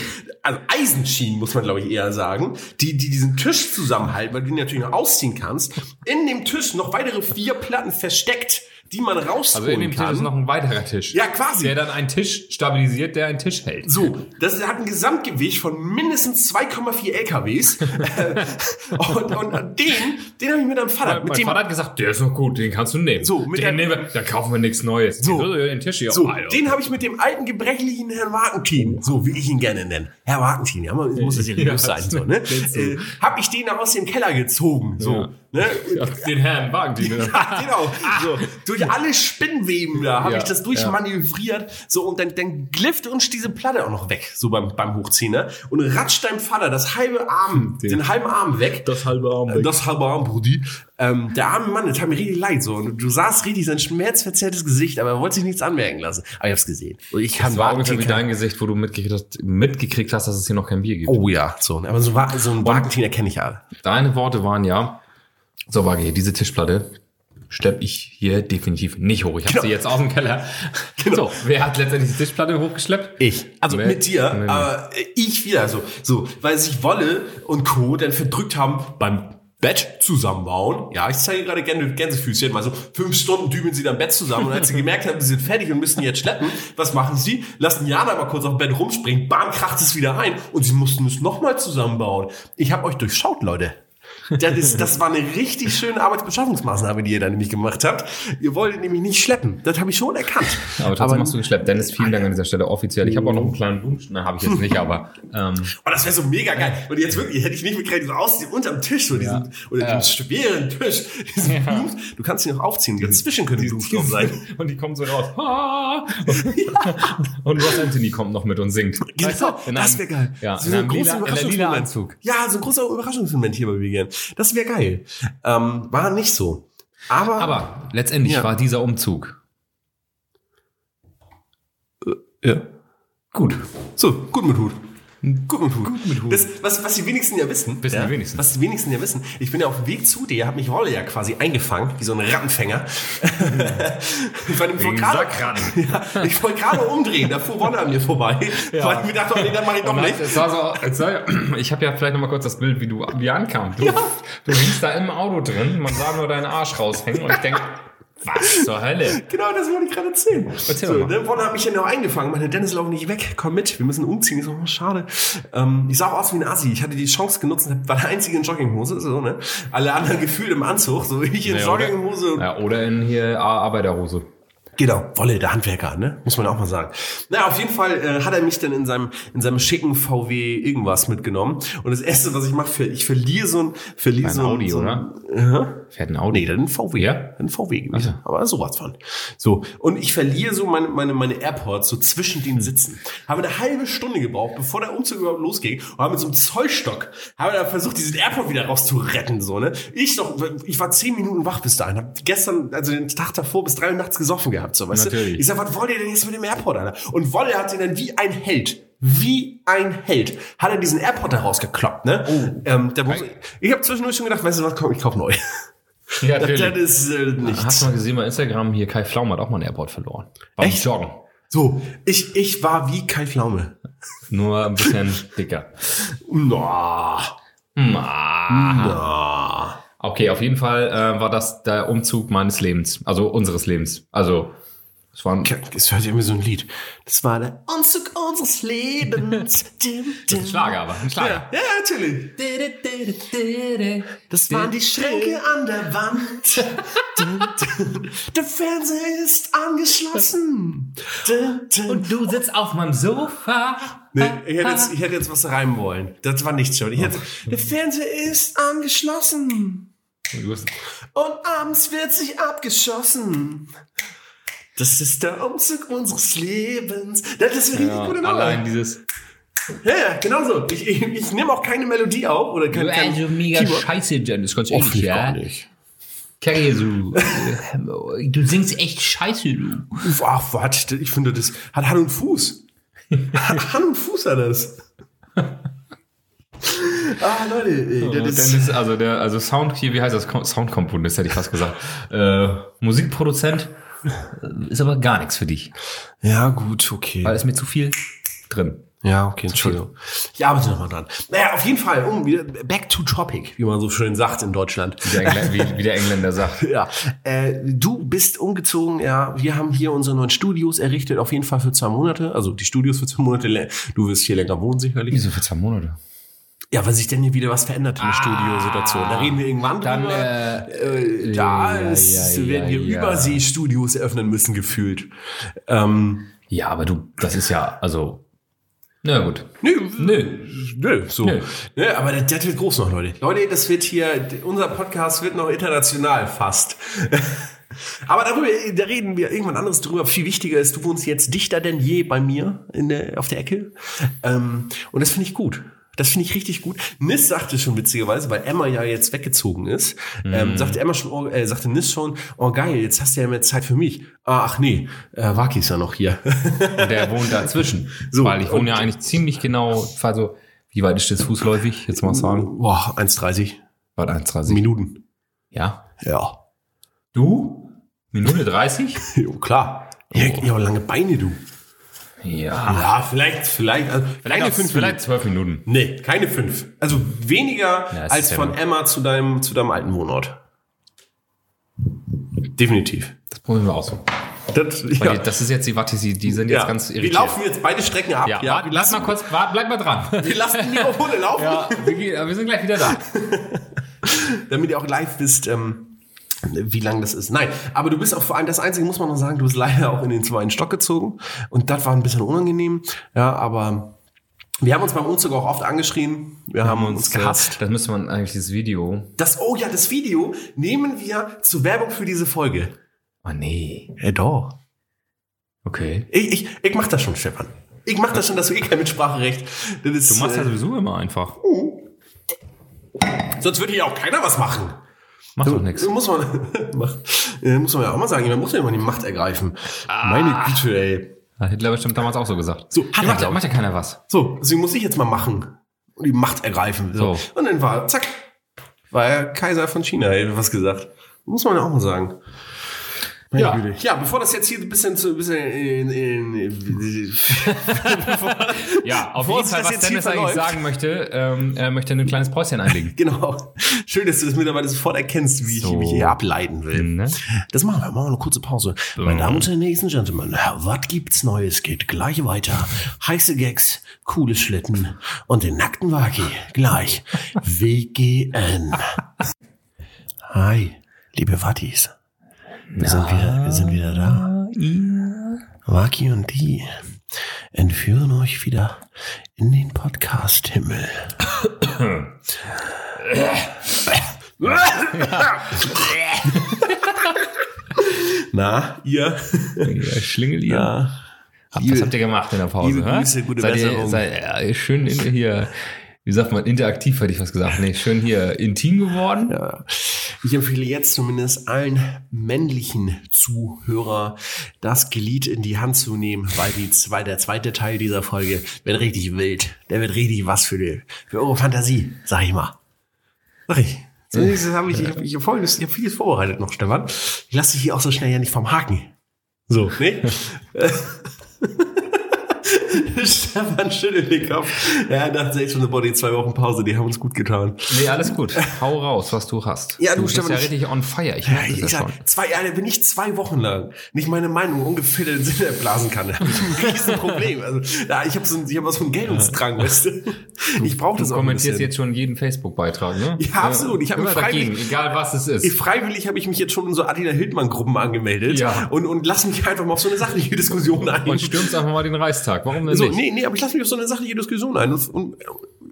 Speaker 5: Also Eisenschienen, muss man glaube ich eher sagen, die, die diesen Tisch zusammenhalten, weil du ihn natürlich noch ausziehen kannst. In dem Tisch noch weitere vier Platten versteckt, die man rausholen
Speaker 3: Also in dem
Speaker 5: kann.
Speaker 3: Tisch ist noch ein weiterer Tisch.
Speaker 5: Ja, quasi.
Speaker 3: Der dann einen Tisch stabilisiert, der einen Tisch hält.
Speaker 5: So, das hat ein Gesamtgewicht von mindestens 2,4 LKWs. und, und den, den habe ich mit meinem Vater,
Speaker 3: Mein
Speaker 5: mit dem
Speaker 3: Vater hat gesagt, der ist noch gut, den kannst du nehmen.
Speaker 5: So, mit
Speaker 3: den
Speaker 5: der-
Speaker 3: nehmen wir, dann kaufen wir nichts Neues.
Speaker 5: So.
Speaker 3: den Tisch hier.
Speaker 5: So,
Speaker 3: Alter.
Speaker 5: den habe ich mit dem alten, gebrechlichen Herrn Wagentin, so wie ich ihn gerne nenne. Herr Wagentin, ja, man muss es seriös
Speaker 3: Ja,
Speaker 5: sein, so, ne?
Speaker 3: kennst du.
Speaker 5: Äh, hab ich den da aus dem Keller gezogen, so, ne?
Speaker 3: Ja, den Herrn Wagen, den
Speaker 5: Ja, genau. So, durch alle Spinnweben da habe
Speaker 3: Ja,
Speaker 5: ich das durchmanövriert. So, und dann, dann glifft uns diese Platte auch noch weg, so beim, beim Hochziehen, ne? Und ratscht deinem Vater das halbe Arm, Hm, den, halben Arm weg. Das halbe Arm weg. Das halbe Arm, Brudi. Ähm, der arme Mann, das hat mir richtig leid. So. Und du sahst richtig sein schmerzverzerrtes Gesicht, aber er wollte sich nichts anmerken lassen. Aber ich hab's gesehen. Und ich kann
Speaker 3: Das war
Speaker 5: warten,
Speaker 3: ungefähr wie
Speaker 5: kann-
Speaker 3: dein Gesicht, wo du mitgekriegt hast, mitgekriegt hast, dass es hier noch kein Bier gibt.
Speaker 5: Oh ja, so. Aber so, wa- so einen Wagentin erkenne ich ja.
Speaker 3: Deine Worte waren ja, so Wagi, diese Tischplatte schlepp ich hier definitiv nicht hoch. Ich
Speaker 5: Genau.
Speaker 3: habe sie jetzt aus dem Keller. So, wer hat letztendlich die Tischplatte hochgeschleppt?
Speaker 5: Ich. Also
Speaker 3: Nee.
Speaker 5: mit dir,
Speaker 3: Nee, nee.
Speaker 5: aber ich wieder. So, so, weil sich Wolle und Co. dann verdrückt haben beim Bett zusammenbauen. Ja, ich zeige gerade gerne Gänsefüßchen. Also fünf Stunden dübeln sie dann Bett zusammen und als sie gemerkt haben, sie sind fertig und müssen jetzt schleppen, was machen sie? Lassen Jana mal kurz auf dem Bett rumspringen, bam, kracht es wieder ein und sie mussten es nochmal zusammenbauen. Ich habe euch durchschaut, Leute. Das, ist, das war eine richtig schöne Arbeitsbeschaffungsmaßnahme, die ihr da nämlich gemacht habt. Ihr wolltet nämlich nicht schleppen. Das habe ich schon erkannt.
Speaker 3: Aber trotzdem hast du geschleppt. Dennis, vielen Dank an dieser Stelle offiziell. Ich habe auch noch
Speaker 5: Mhm.
Speaker 3: einen kleinen Blumenstrauß. Na, habe ich jetzt nicht, aber ähm,
Speaker 5: Oh, das wäre so mega geil. Und jetzt wirklich, hätte ich nicht mitgerechnet, so aus dem unterm Tisch, so diesen, oder diesen schweren Tisch, diesen Blumen, du kannst ihn noch aufziehen, dazwischen könnte ein Blumenstrauß sein.
Speaker 3: Und die kommen so raus. Ah! Und Ross Anthony kommt noch mit und singt. Weißt
Speaker 5: Genau,
Speaker 3: du? In
Speaker 5: das
Speaker 3: einem-
Speaker 5: wäre geil.
Speaker 3: Ja,
Speaker 5: so
Speaker 3: in einem lila, in einem lila
Speaker 5: Überraschungsmoment.
Speaker 3: Anzug.
Speaker 5: Ja, so ein großer Überraschungsmoment hier bei Vegan. Das wäre geil. Ähm, war nicht so. Aber,
Speaker 3: Aber letztendlich
Speaker 5: Ja.
Speaker 3: war dieser Umzug
Speaker 5: Ja.
Speaker 3: Gut.
Speaker 5: So, gut mit Hut. Gut mit Hut. Gut mit Hut. Das, was, was die wenigsten ja wissen.
Speaker 3: Wissen
Speaker 5: ja,
Speaker 3: die wenigsten.
Speaker 5: Was die wenigsten ja wissen. Ich bin ja auf dem Weg zu dir, hab mich Wolle ja quasi eingefangen, wie so ein Rattenfänger. ich war nämlich vor gerade, ja, ich wollte gerade umdrehen, da fuhr Wolle an mir vorbei. Weil ich mir dachte, oh nee, dann mach ich doch nicht.
Speaker 3: Es war so, es war ja, ich habe ja vielleicht nochmal kurz das Bild, wie du wie ankam. Du, du hängst da im Auto drin, man sah nur deinen Arsch raushängen und ich denke, was zur Hölle?
Speaker 5: Genau, das wollte ich gerade erzählen.
Speaker 3: Erzähl
Speaker 5: so,
Speaker 3: doch mal.
Speaker 5: ne, Wonne hat mich ja noch eingefangen. Meine Dennis lauf nicht weg, komm mit, wir müssen umziehen. Ich so, oh, schade. Ähm, ich sah auch aus wie ein Assi. Ich hatte die Chance genutzt und war der Einzige in Jogginghose. So, ne? Alle anderen gefühlt im Anzug, so ich in
Speaker 3: Ja, oder?
Speaker 5: Jogginghose.
Speaker 3: Ja, oder in hier A- Arbeiterhose.
Speaker 5: Genau, Wolle, der Handwerker, ne? Muss man auch mal sagen. Na, auf jeden Fall äh, hat er mich dann in seinem, in seinem schicken VW irgendwas mitgenommen. Und das Erste, was ich mache, ich verliere so ein... Verliere
Speaker 3: Ein
Speaker 5: so ein
Speaker 3: Audi,
Speaker 5: so ein,
Speaker 3: oder?
Speaker 5: Aha.
Speaker 3: Fährt ein Audi.
Speaker 5: Nee, dann ein VW.
Speaker 3: Ja?
Speaker 5: Ein VW gewesen. Aber sowas von. So. Und ich verliere so meine, meine, meine AirPods so zwischen
Speaker 3: Hm.
Speaker 5: den Sitzen. Habe eine halbe Stunde gebraucht, bevor der Umzug überhaupt losging. Und habe mit so einem Zollstock, habe da versucht, diesen AirPod wieder rauszuretten, so, ne? Ich noch, ich war zehn Minuten wach bis dahin. Hab gestern, also den Tag davor bis drei Uhr nachts gesoffen gehabt, so, weißt
Speaker 3: Natürlich.
Speaker 5: du? Ich sag, was wollt ihr denn jetzt mit dem AirPod, Alter? Und Wolle hat den dann wie ein Held. Wie ein Held hat er diesen AirPod da rausgekloppt, ne? Oh. Ähm, da muss, ich habe zwischendurch schon gedacht, weißt du was, komm, ich kauf neu.
Speaker 3: Ja,
Speaker 5: Das, das
Speaker 3: natürlich.
Speaker 5: ist äh, nichts.
Speaker 3: Hast du mal gesehen bei Instagram, hier Kai Flaum hat auch mal einen Airport verloren. Beim
Speaker 5: Echt?
Speaker 3: Joggen.
Speaker 5: So, ich, ich war wie Kai Pflaume.
Speaker 3: Nur ein bisschen dicker.
Speaker 5: Na, na.
Speaker 3: Okay, auf jeden Fall äh, war das der Umzug meines Lebens, also unseres Lebens. Also es waren
Speaker 5: Es hört irgendwie so ein Lied. Das war der Anzug unseres Lebens. Dim, dim.
Speaker 3: ein Schlager, aber ein Schlager.
Speaker 5: Ja, natürlich. Das waren die Schränke an der Wand. Der Fernseher ist angeschlossen.
Speaker 2: Und du sitzt auf meinem Sofa.
Speaker 5: Nee, ich hätte, jetzt, ich hätte jetzt was reimen wollen. Das war nicht schon. Ich hätte, der Fernseher ist angeschlossen.
Speaker 3: Du hast-
Speaker 5: Und abends wird sich abgeschossen. Das ist der Umzug unseres Lebens. Das ist eine richtig
Speaker 3: Ja,
Speaker 5: gute Nummer.
Speaker 3: allein dieses
Speaker 5: Ja, ja, genau so. Ich, ich, ich nehme auch keine Melodie auf oder kein, kein Keyboard.
Speaker 2: scheiße, Jen. Das kannst du
Speaker 5: Offensichtlich gar nicht.
Speaker 2: Carrie, so. äh, Du singst echt scheiße, du.
Speaker 5: Ach, was? Ich finde, das hat Hand und Fuß. Hand und Fuß hat das. Ah, Leute, ey, das ist,
Speaker 3: Dennis, also der, also Sound hier, wie heißt das? Ko- Soundkomponist, hätte ich fast gesagt. äh, Musikproduzent äh, ist aber gar nichts für dich.
Speaker 5: Ja, gut, okay.
Speaker 3: Weil ist mir zu viel drin.
Speaker 5: Ja, okay, Entschuldigung. Ich arbeite nochmal dran. Naja, auf jeden Fall, um wieder back to topic, wie man so schön sagt in Deutschland.
Speaker 3: Wie der, Engl wie, wie der Engländer sagt.
Speaker 5: Ja, äh, du bist umgezogen, ja. Wir haben hier unsere neuen Studios errichtet, auf jeden Fall für zwei Monate. Also die Studios für zwei Monate. lä- Du wirst hier länger wohnen, sicherlich.
Speaker 3: Wieso für zwei Monate?
Speaker 5: Ja, weil sich denn hier wieder was verändert in der Studiosituation. Da reden wir irgendwann
Speaker 2: Dann,
Speaker 5: drüber.
Speaker 2: äh,
Speaker 5: Äh, da
Speaker 3: ja,
Speaker 5: ist,
Speaker 3: ja,
Speaker 5: werden wir
Speaker 3: ja.
Speaker 5: Überseestudios eröffnen müssen, gefühlt. Ähm,
Speaker 3: Ja, aber du, das ist ja, also. Na gut.
Speaker 5: nö,
Speaker 3: Nö.
Speaker 5: nö, so.
Speaker 3: Nö.
Speaker 5: Nö, aber das, das wird halt groß noch, Leute. Leute, das wird hier, unser Podcast wird noch international fast. Aber darüber, da reden wir irgendwann anderes drüber. Viel wichtiger ist, du wohnst jetzt dichter denn je bei mir in der, auf der Ecke. Ähm, und das finde ich gut. Das finde ich richtig gut. Nis sagte schon witzigerweise, weil Emma ja jetzt weggezogen ist, ähm, sagte Emma schon, oh, äh, sagte Nis schon, oh geil, jetzt hast du ja mehr Zeit für mich. Ah, Ach nee, äh, Waki ist ja noch hier.
Speaker 3: Und der wohnt dazwischen.
Speaker 5: So,
Speaker 3: weil ich
Speaker 5: und-
Speaker 3: wohne ja eigentlich ziemlich genau, also, wie weit ist das fußläufig? Jetzt mal sagen.
Speaker 5: Boah, 1,30
Speaker 3: Wart 1,30.
Speaker 5: Minuten.
Speaker 3: Ja.
Speaker 5: Ja.
Speaker 3: Du? Minute 30?
Speaker 5: Jo, klar. Ja, ja, lange Beine, du.
Speaker 3: Ja.
Speaker 5: Ja, vielleicht, vielleicht. Also keine
Speaker 3: Vielleicht,
Speaker 5: fünf
Speaker 3: Ah. vielleicht zwölf Minuten.
Speaker 5: Minuten. Nee, keine fünf. Also weniger
Speaker 3: Ja, es
Speaker 5: als
Speaker 3: ist ja
Speaker 5: von
Speaker 3: nur-
Speaker 5: Emma zu deinem, zu deinem alten Wohnort. Definitiv.
Speaker 3: Das probieren wir auch so.
Speaker 5: Das,
Speaker 3: Weil
Speaker 5: ja.
Speaker 3: die, das ist jetzt die Watte, die, die sind jetzt
Speaker 5: ja.
Speaker 3: ganz irritiert.
Speaker 5: wir laufen jetzt beide Strecken ab.
Speaker 3: Ja,
Speaker 5: Ja,
Speaker 3: wart,
Speaker 5: wir,
Speaker 3: lass
Speaker 5: lassen,
Speaker 3: mal kurz, wart, bleib mal dran.
Speaker 5: wir lassen die Mikrofone laufen,
Speaker 3: Ja, wir, gehen- wir sind gleich wieder da.
Speaker 5: damit ihr auch live wisst, ähm, wie lang das ist. Nein, aber du bist auch vor allem, das Einzige muss man noch sagen, du bist leider auch in den zweiten Stock gezogen. Und das war ein bisschen unangenehm. Ja, aber wir haben uns beim Umzug auch oft angeschrien. Wir haben uns gehasst.
Speaker 3: Das müsste man eigentlich dieses Video.
Speaker 5: Das, oh ja, das Video nehmen wir zur Werbung für diese Folge.
Speaker 3: Ah, nee.
Speaker 5: Ja, Äh, doch.
Speaker 3: Okay.
Speaker 5: Ich, ich, ich mach das schon, Stefan. Ich mach das schon, dass du eh kein Mitspracherecht. Das ist,
Speaker 3: Du machst das
Speaker 5: äh,
Speaker 3: sowieso immer einfach.
Speaker 5: sonst würde hier auch keiner was machen.
Speaker 3: Macht doch nichts.
Speaker 5: Muss
Speaker 3: Ah.
Speaker 5: man, macht, äh, muss man ja auch mal sagen, man muss ja immer die Macht ergreifen. Meine Güte, ey.
Speaker 3: Hat Hitler bestimmt damals auch so gesagt.
Speaker 5: So,
Speaker 3: hat
Speaker 5: hat er,
Speaker 3: macht, ja,
Speaker 5: glaub ich.
Speaker 3: macht ja keiner was.
Speaker 5: So, deswegen muss ich jetzt mal machen. Und die Macht ergreifen. So.
Speaker 3: So.
Speaker 5: Und dann war, zack, war er Kaiser von China, hätte was gesagt. Muss man ja auch mal sagen. Ja, ja, bevor das jetzt hier ein bisschen zu, ein bisschen in, in, in
Speaker 3: Ja, auf
Speaker 5: Bevor
Speaker 3: jeden
Speaker 5: sich
Speaker 3: Fall,
Speaker 5: das jetzt
Speaker 3: was
Speaker 5: hier
Speaker 3: Dennis eigentlich
Speaker 5: verläuft.
Speaker 3: sagen möchte, ähm, er möchte ein kleines Päuschen einlegen.
Speaker 5: genau. Schön, dass du das mittlerweile sofort erkennst, wie
Speaker 3: So.
Speaker 5: ich mich hier ableiten will.
Speaker 3: Ne?
Speaker 5: Das machen wir. Machen wir eine kurze Pause. Meine Damen und Herren, Ladies and Gentlemen, was gibt's Neues? Geht gleich weiter. Heiße Gags, coole Schlitten und den nackten Waki. Gleich. WGN. Hi, liebe Wattis. Wir sind wieder, wir sind wieder da. Waki und die entführen euch wieder in den Podcast-Himmel. Na, ihr?
Speaker 3: Schlingel ihr.
Speaker 5: Ja.
Speaker 3: Hab, was habt ihr gemacht in der Pause?
Speaker 5: liebe
Speaker 3: hä?
Speaker 5: Grüße, gute
Speaker 3: seid ihr,
Speaker 5: Besserung.
Speaker 3: seid, äh, schön in, hier, wie sagt man, interaktiv hätte ich was gesagt. Nee, schön hier intim geworden.
Speaker 5: Ja. Ich empfehle jetzt zumindest allen männlichen Zuhörer, das Glied in die Hand zu nehmen, weil die zwei, der zweite Teil dieser Folge wird richtig wild. Der wird richtig was für, die, für eure Fantasie, sag ich mal. Sag ich. Zunächst habe ich, ich, hab, ich, hab Folgendes- ich hab vieles vorbereitet noch, Stefan. Ich lasse dich hier auch so schnell ja nicht vom Haken. So, ne? Stefan schüttelt den Kopf. Ja, er dachte selbst schon, boah, die zwei Wochen Pause, die haben uns gut getan.
Speaker 3: Nee, alles gut. Hau raus, was du hast.
Speaker 5: Ja, du,
Speaker 3: bist
Speaker 5: Stefan,
Speaker 3: ja
Speaker 5: ich-
Speaker 3: richtig on fire. Ich
Speaker 5: Ja,
Speaker 3: merke
Speaker 5: ich,
Speaker 3: das
Speaker 5: ich
Speaker 3: ja
Speaker 5: sag,
Speaker 3: schon.
Speaker 5: zwei Jahre bin ich zwei Wochen lang nicht meine Meinung ungefiltert in der Blasenkanne. Hab ich ein Riesenproblem. Also, ja, ich habe so, ein- ich hab was von Geltungsdrang, weißt du? Ich brauche das
Speaker 3: Du
Speaker 5: auch ein bisschen.
Speaker 3: kommentierst jetzt schon jeden Facebook-Beitrag, ne?
Speaker 5: Ja, absolut. Ich hab
Speaker 3: Immer
Speaker 5: mich freiwillig-
Speaker 3: dagegen, egal was es
Speaker 5: Ich,
Speaker 3: ist.
Speaker 5: freiwillig habe ich mich jetzt schon in so Adina Hildmann-Gruppen angemeldet
Speaker 3: Ja.
Speaker 5: und, und lass mich einfach mal auf so eine sachliche Diskussion ein.
Speaker 3: Und stürmst einfach mal den Reichstag. Warum denn
Speaker 5: so,
Speaker 3: nicht?
Speaker 5: Also, nee, nee, aber ich lass mich auf so eine sachliche Diskussion ein. Und, und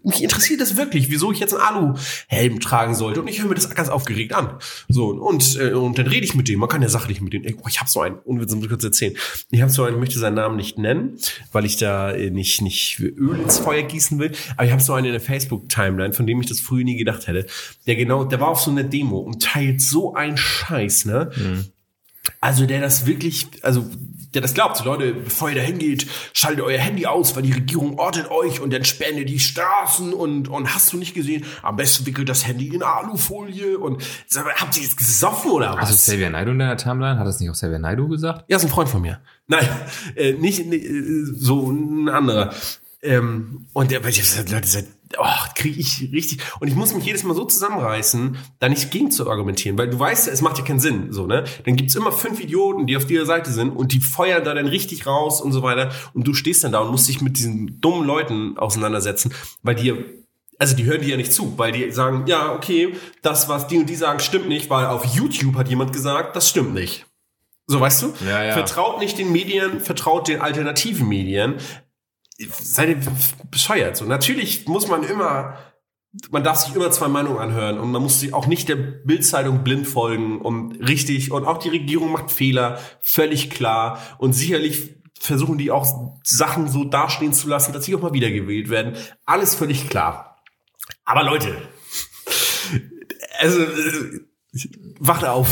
Speaker 5: mich interessiert das wirklich, wieso ich jetzt einen Aluhelm tragen sollte. Und ich höre mir das ganz aufgeregt an. So, und, äh, und dann rede ich mit dem. Man kann ja sachlich mit dem. Ey, oh, ich habe so einen, unwitz, muss ich kurz erzählen. Ich habe so einen, ich möchte seinen Namen nicht nennen, weil ich da äh, nicht, nicht Öl ins Feuer gießen will. Aber ich habe so einen in der Facebook-Timeline, von dem ich das früher nie gedacht hätte. Der genau, der war auf so einer Demo und teilt so einen Scheiß, ne? Also der das wirklich, also der das glaubt, Leute, bevor ihr da hingeht, schaltet euer Handy aus, weil die Regierung ortet euch und dann sperren ihr die Straßen und, und hast du nicht gesehen, am besten wickelt das Handy in Alufolie und sag mal, habt ihr jetzt gesoffen oder was?
Speaker 3: Also Xavier Naidoo in deiner Timeline, hat das nicht auch Xavier Naidoo gesagt?
Speaker 5: Ja, ist ein Freund von mir. Nein, äh, nicht nee, äh, so ein anderer. Ähm, und der, weil ich hab gesagt, Leute, seid, oh, kriege ich richtig. Und ich muss mich jedes Mal so zusammenreißen, da nicht gegen zu argumentieren, weil du weißt, ja, es macht ja keinen Sinn. So, ne? Dann gibt's immer fünf Idioten, die auf dieser Seite sind und die feuern da dann richtig raus und so weiter. Und du stehst dann da und musst dich mit diesen dummen Leuten auseinandersetzen, weil die ja also die hören dir ja nicht zu, weil die sagen, ja, okay, das, was die und die sagen, stimmt nicht, weil auf YouTube hat jemand gesagt, das stimmt nicht. So, weißt du?
Speaker 3: Ja, ja.
Speaker 5: Vertraut nicht den Medien, vertraut den alternativen Medien. Seid ihr bescheuert? So, natürlich muss man immer, man darf sich immer zwei Meinungen anhören und man muss sich auch nicht der Bildzeitung blind folgen und richtig und auch die Regierung macht Fehler, völlig klar und sicherlich versuchen die auch Sachen so dastehen zu lassen, dass sie auch mal wiedergewählt werden. Alles völlig klar. Aber Leute, also äh, wacht auf.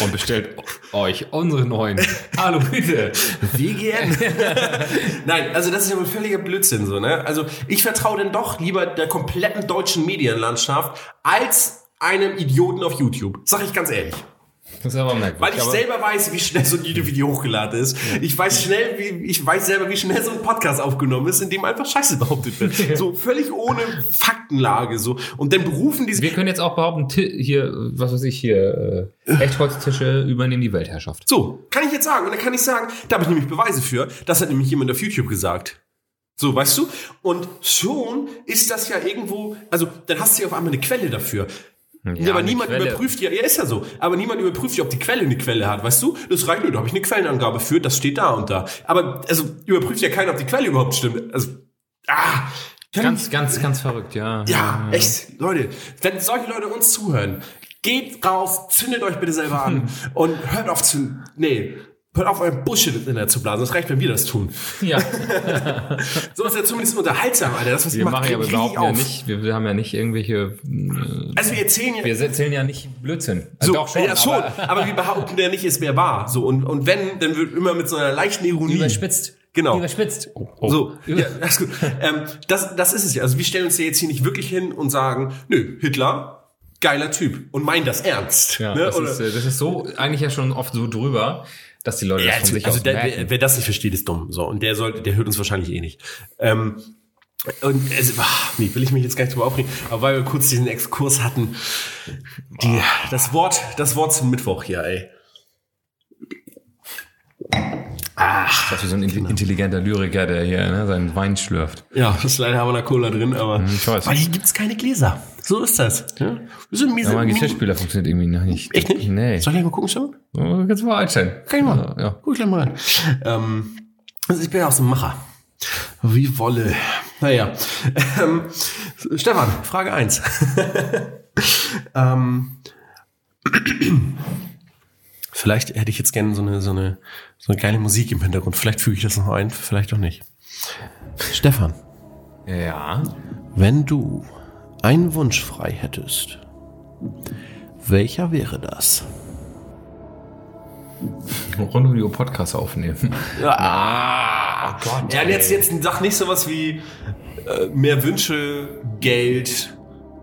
Speaker 3: Und bestellt euch unsere neuen. Hallo, bitte.
Speaker 5: WGN. Nein, also das ist ja wohl völliger Blödsinn so, ne? Also ich vertraue denn doch lieber der kompletten deutschen Medienlandschaft als einem Idioten auf YouTube. Sag ich ganz ehrlich.
Speaker 3: Das ist aber merkwürdig.
Speaker 5: Weil ich
Speaker 3: aber
Speaker 5: selber weiß, wie schnell so ein YouTube-Video hochgeladen ist. Ich weiß schnell, wie, ich weiß selber, wie schnell so ein Podcast aufgenommen ist, in dem einfach Scheiße behauptet wird. So völlig ohne Faktenlage, so. Und dann berufen diese,
Speaker 3: wir können jetzt auch behaupten, Ti- hier, was weiß ich, hier, äh, Echtholztische übernehmen die Weltherrschaft.
Speaker 5: So, kann ich jetzt sagen. Und dann kann ich sagen, da habe ich nämlich Beweise für. Das hat nämlich jemand auf YouTube gesagt. So, weißt du? Und schon ist das ja irgendwo, also dann hast du ja auf einmal eine Quelle dafür.
Speaker 3: Ja,
Speaker 5: aber
Speaker 3: eine
Speaker 5: niemand
Speaker 3: Quelle.
Speaker 5: überprüft ja, ja, ist ja so. Aber niemand überprüft ja, ob die Quelle eine Quelle hat, weißt du? Das reicht nur, da habe ich eine Quellenangabe für, das steht da und da. Aber also überprüft ja keiner, ob die Quelle überhaupt stimmt. Also, ah, kann
Speaker 3: Ganz, ganz, ganz verrückt, ja.
Speaker 5: ja, echt, Leute, wenn solche Leute uns zuhören, geht raus, zündet euch bitte selber an und hört auf zu, nee, hört auf euren Bullshit in der zu blasen, das reicht, wenn wir das tun.
Speaker 3: Ja,
Speaker 5: So ist ja zumindest unterhaltsam, Alter, das, was
Speaker 3: wir
Speaker 5: ihr macht,
Speaker 3: machen ja
Speaker 5: regt
Speaker 3: überhaupt
Speaker 5: richtig
Speaker 3: ja nicht, wir, wir haben ja nicht irgendwelche,
Speaker 5: Also wir erzählen ja,
Speaker 3: wir erzählen ja nicht Blödsinn.
Speaker 5: so,
Speaker 3: Doch schon,
Speaker 5: ja, schon
Speaker 3: aber
Speaker 5: aber, wir behaupten ja nicht, es wäre wahr, so, und, und wenn, dann wird immer mit so einer leichten Ironie.
Speaker 3: überspitzt.
Speaker 5: Genau.
Speaker 9: Überspitzt.
Speaker 3: Oh,
Speaker 5: So, ja, das ist gut. ähm, das, das ist es ja. Also wir stellen uns ja jetzt hier nicht wirklich hin und sagen, nö, Hitler, geiler Typ und meinen das ernst.
Speaker 3: Ja,
Speaker 5: ne?
Speaker 3: das,
Speaker 5: Oder,
Speaker 3: ist, äh, das ist so eigentlich ja schon oft so drüber, dass die Leute
Speaker 5: ja,
Speaker 3: das von sich
Speaker 5: also
Speaker 3: aus
Speaker 5: der,
Speaker 3: merken.
Speaker 5: wer, wer das nicht versteht, ist dumm. So, und der sollte, der hört uns wahrscheinlich eh nicht. Ähm, und also, ach, nee, will ich mich jetzt gar nicht drüber aufregen, aber weil wir kurz diesen Exkurs hatten, die,
Speaker 3: Ah.
Speaker 5: das Wort, das Wort zum Mittwoch hier, ey.
Speaker 3: dass wir so ein in-
Speaker 5: Genau.
Speaker 3: intelligenter Lyriker, der hier ne, seinen Wein schlürft.
Speaker 5: Ja, das ist leider Havana Cola drin, aber
Speaker 3: Hm, ich weiß.
Speaker 5: weil hier gibt's keine Gläser. So ist das. Ja? Wir sind miese,
Speaker 3: Ja, mein
Speaker 5: miese-
Speaker 3: Geschirrspüler funktioniert irgendwie noch nicht.
Speaker 5: hm. Echt nicht?
Speaker 3: Nee.
Speaker 5: Soll ich mal gucken, schon?
Speaker 3: Oh, Kannst du mal einstellen.
Speaker 5: Kann ich machen.
Speaker 3: Ja, ja.
Speaker 5: Guck ich gleich mal rein. Ähm, also ich bin ja auch so ein Macher. Wie Wolle. Naja. Ähm, Stefan, Frage 1. ähm, vielleicht hätte ich jetzt gerne so eine, so, eine, so eine geile Musik im Hintergrund. Vielleicht füge ich das noch ein, vielleicht auch nicht. Stefan,
Speaker 3: Ja.
Speaker 5: wenn du einen Wunsch frei hättest, welcher wäre das?
Speaker 3: Rund um die Uhr Podcast aufnehmen.
Speaker 5: Ah, Gott. Ja, und jetzt, jetzt sag nicht sowas wie äh, mehr Wünsche, Geld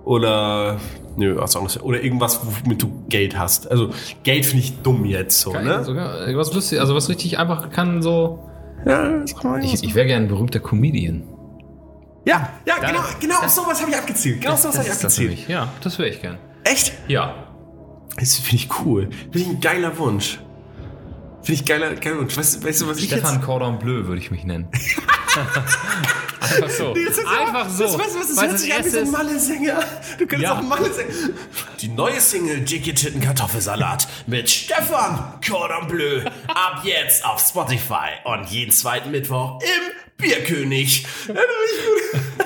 Speaker 5: oder. Nö, was anderes. Oder irgendwas, womit du Geld hast. Also, Geld finde ich dumm jetzt so,
Speaker 3: Geil,
Speaker 5: ne?
Speaker 3: Sogar, äh, was lustig, also was richtig einfach kann so.
Speaker 5: Ja, sag mal.
Speaker 3: Ich, ich wäre gerne ein berühmter Comedian.
Speaker 5: ja, ja genau, genau auf sowas habe ich abgezielt. Genau auf sowas habe ich abgezielt.
Speaker 3: nämlich. Ja, das wäre ich gern.
Speaker 5: Echt?
Speaker 3: Ja.
Speaker 5: Das finde ich cool. Finde ich ein geiler Wunsch. Finde ich geiler, geiler Wunsch. Weißt, weißt du, was ich jetzt...
Speaker 3: Stefan Cordon Bleu würde ich mich nennen. einfach so.
Speaker 5: Das ist
Speaker 9: Einfach so.
Speaker 5: Das, weißt du, was, das
Speaker 9: Weil
Speaker 5: hört
Speaker 9: das
Speaker 5: sich an wie
Speaker 9: erste
Speaker 5: so ein
Speaker 9: ist-
Speaker 5: Malle-Sänger. Du könntest
Speaker 9: Ja.
Speaker 5: auch Malle singen. Die neue Single Dicke Titten Kartoffelsalat mit Stefan Cordon Bleu. Ab jetzt auf Spotify und jeden zweiten Mittwoch im Bierkönig. Ja, das finde ich gut.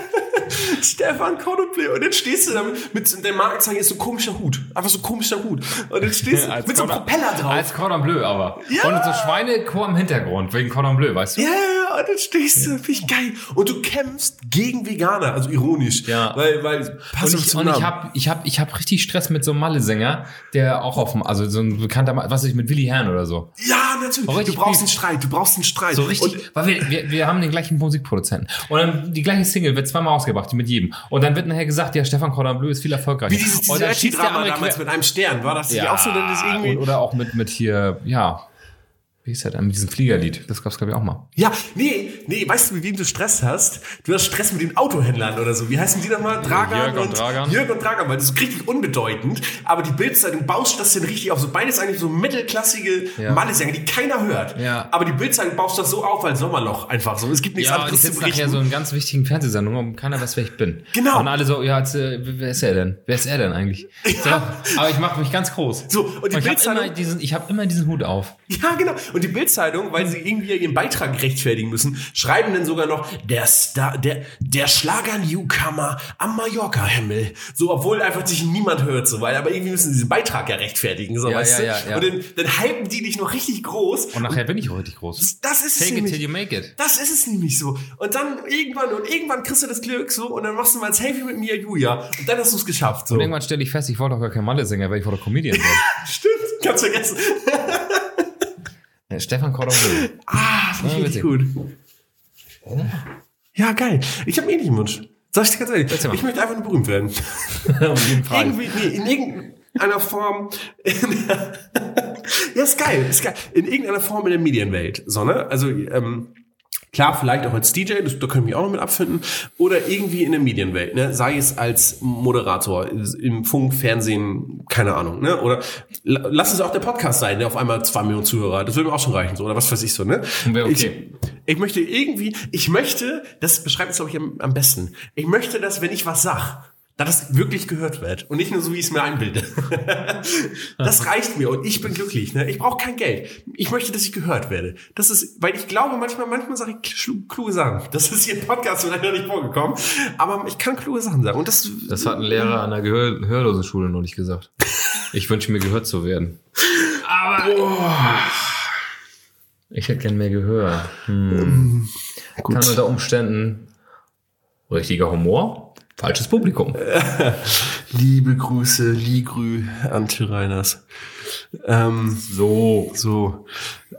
Speaker 5: Stefan Cordon Bleu. Und dann stehst du damit mit dem Markenzeichen ist so ein komischer Hut. Einfach so ein komischer Hut. Und dann stehst du
Speaker 3: Als
Speaker 5: mit so einem
Speaker 3: Cordon-
Speaker 5: Propeller drauf.
Speaker 3: Als Cordon Bleu aber.
Speaker 5: Ja.
Speaker 3: Und so Schweinechor im Hintergrund, wegen Cordon Bleu, weißt du?
Speaker 5: Ja, ja, ja, und dann stehst du, finde ich geil. Und du kämpfst gegen Veganer, also ironisch.
Speaker 3: Ja.
Speaker 5: Weil, weil,
Speaker 3: Und
Speaker 5: pass
Speaker 3: ich, und ich habe ich hab, ich hab richtig Stress mit so einem Malle-Sänger, der auch auf dem, also so ein bekannter, Ma- was weiß ich, mit Willi Herrn oder so.
Speaker 5: Ja, natürlich. Du
Speaker 3: Aber richtig
Speaker 5: brauchst
Speaker 3: Beef.
Speaker 5: einen Streit, du brauchst einen Streit.
Speaker 3: So richtig,
Speaker 5: Und,
Speaker 3: weil wir, wir, wir haben den gleichen Musikproduzenten. Und dann die gleiche Single wird zweimal ausgebracht, mit jedem. Und dann wird nachher gesagt, ja, Stefan Cordon Bleu ist viel erfolgreicher.
Speaker 5: wie dieses,
Speaker 3: und dann
Speaker 5: dieses
Speaker 3: schießt der
Speaker 5: Drama
Speaker 3: Amerika-
Speaker 5: damals mit einem Stern, war das nicht
Speaker 3: ja,
Speaker 5: auch so, dass das irgendwie.
Speaker 3: und, oder auch mit, mit hier, ja, wie ist das denn, mit diesem Fliegerlied. Das gab's, glaube ich, auch mal.
Speaker 5: ja, nee, nee, weißt du, mit wem du Stress hast? Du hast Stress mit den Autohändlern oder so. Wie heißen die nochmal? Dragan
Speaker 3: Jörg und Dragan.
Speaker 5: Jörg und Dragan, weil das ist richtig unbedeutend, aber die Bildzeitung bauscht das denn richtig auf. So beides eigentlich so mittelklassige ja.
Speaker 3: Ja.
Speaker 5: Mannesänger, die keiner hört.
Speaker 3: Ja.
Speaker 5: Aber die Bildzeitung bauscht das so auf als Sommerloch einfach so. Es gibt nichts
Speaker 3: Ja, und ich
Speaker 5: anderes zu
Speaker 3: sitze nachher
Speaker 5: berichten.
Speaker 3: so in ganz wichtigen Fernsehsendungen und keiner weiß, wer ich bin.
Speaker 5: Genau.
Speaker 3: Und alle so, ja, jetzt, äh, wer ist er denn? Wer ist er denn eigentlich? So, aber ich mache mich ganz groß.
Speaker 5: So, und die
Speaker 3: ich habe
Speaker 5: Bildzeitung-
Speaker 3: immer, diesen- ich hab immer diesen Hut auf.
Speaker 5: Ja, genau. Und die Bildzeitung, weil sie irgendwie ihren Beitrag rechtfertigen müssen, schreiben dann sogar noch der Star, der, der Schlager-Newcomer am Mallorca-Himmel. So, obwohl einfach sich niemand hört, so, weil, aber irgendwie müssen sie diesen Beitrag ja rechtfertigen, so,
Speaker 3: Ja,
Speaker 5: weißt
Speaker 3: ja,
Speaker 5: du?
Speaker 3: ja, ja.
Speaker 5: Und dann, dann hypen die dich noch richtig groß.
Speaker 3: Und nachher bin ich auch richtig groß.
Speaker 5: das ist es
Speaker 3: Take it
Speaker 5: nämlich.
Speaker 3: till you make it.
Speaker 5: Das ist es nämlich so. Und dann irgendwann, und irgendwann kriegst du das Glück, so, und dann machst du mal ein Selfie mit mir, Julia. Und dann hast du es geschafft, so.
Speaker 3: Und irgendwann stelle ich fest, ich wollte doch gar kein Malle-Sänger, weil ich wollte doch Comedian werden.
Speaker 5: Stimmt, ganz vergessen.
Speaker 3: Ja, Stefan Cordon Bleu.
Speaker 5: Ah, finde ich
Speaker 3: Ja,
Speaker 5: richtig gut. Ja, geil. Ich eh habe einen ähnlichen Wunsch. Sag ich dir ganz ehrlich.
Speaker 3: Erzähl mal.
Speaker 5: Ich möchte einfach nur berühmt werden.
Speaker 3: Auf jeden Fall.
Speaker 5: Irgendwie, nee, in irgendeiner Form. In ja, ist geil, ist geil. In irgendeiner Form in der Medienwelt. So, ne? Also, ähm, klar, vielleicht auch als DJ, das, da können wir auch noch mit abfinden. Oder irgendwie in der Medienwelt, ne? Sei es als Moderator im Funk, Fernsehen, keine Ahnung, ne? Oder la- lass es auch der Podcast sein, der auf einmal zwei Millionen Zuhörer hat. Das würde mir auch schon reichen, so. Oder was weiß ich so, ne?
Speaker 3: Wäre okay.
Speaker 5: Ich, ich möchte irgendwie, ich möchte, das beschreibt es, glaube ich, am, am besten. Ich möchte, dass, wenn ich was sag, dass das wirklich gehört wird und nicht nur so, wie ich es mir einbilde. das reicht mir und ich bin glücklich. Ne? Ich brauche kein Geld. Ich möchte, dass ich gehört werde. Das ist, weil ich glaube, manchmal, manchmal sage ich schlu- kluge Sachen. Das ist hier im Podcast vielleicht noch nicht vorgekommen, aber ich kann kluge Sachen sagen. Und das,
Speaker 3: Das hat ein Lehrer an der Gehör Gehörlosenschule noch nicht gesagt. Ich wünsche mir gehört zu werden. Aber ich hätte gern mehr Gehör. Hm. Kann unter Umständen richtiger Humor, falsches Publikum.
Speaker 5: liebe Grüße, Ligrü an Tyranners. Ähm,
Speaker 3: So.
Speaker 5: so.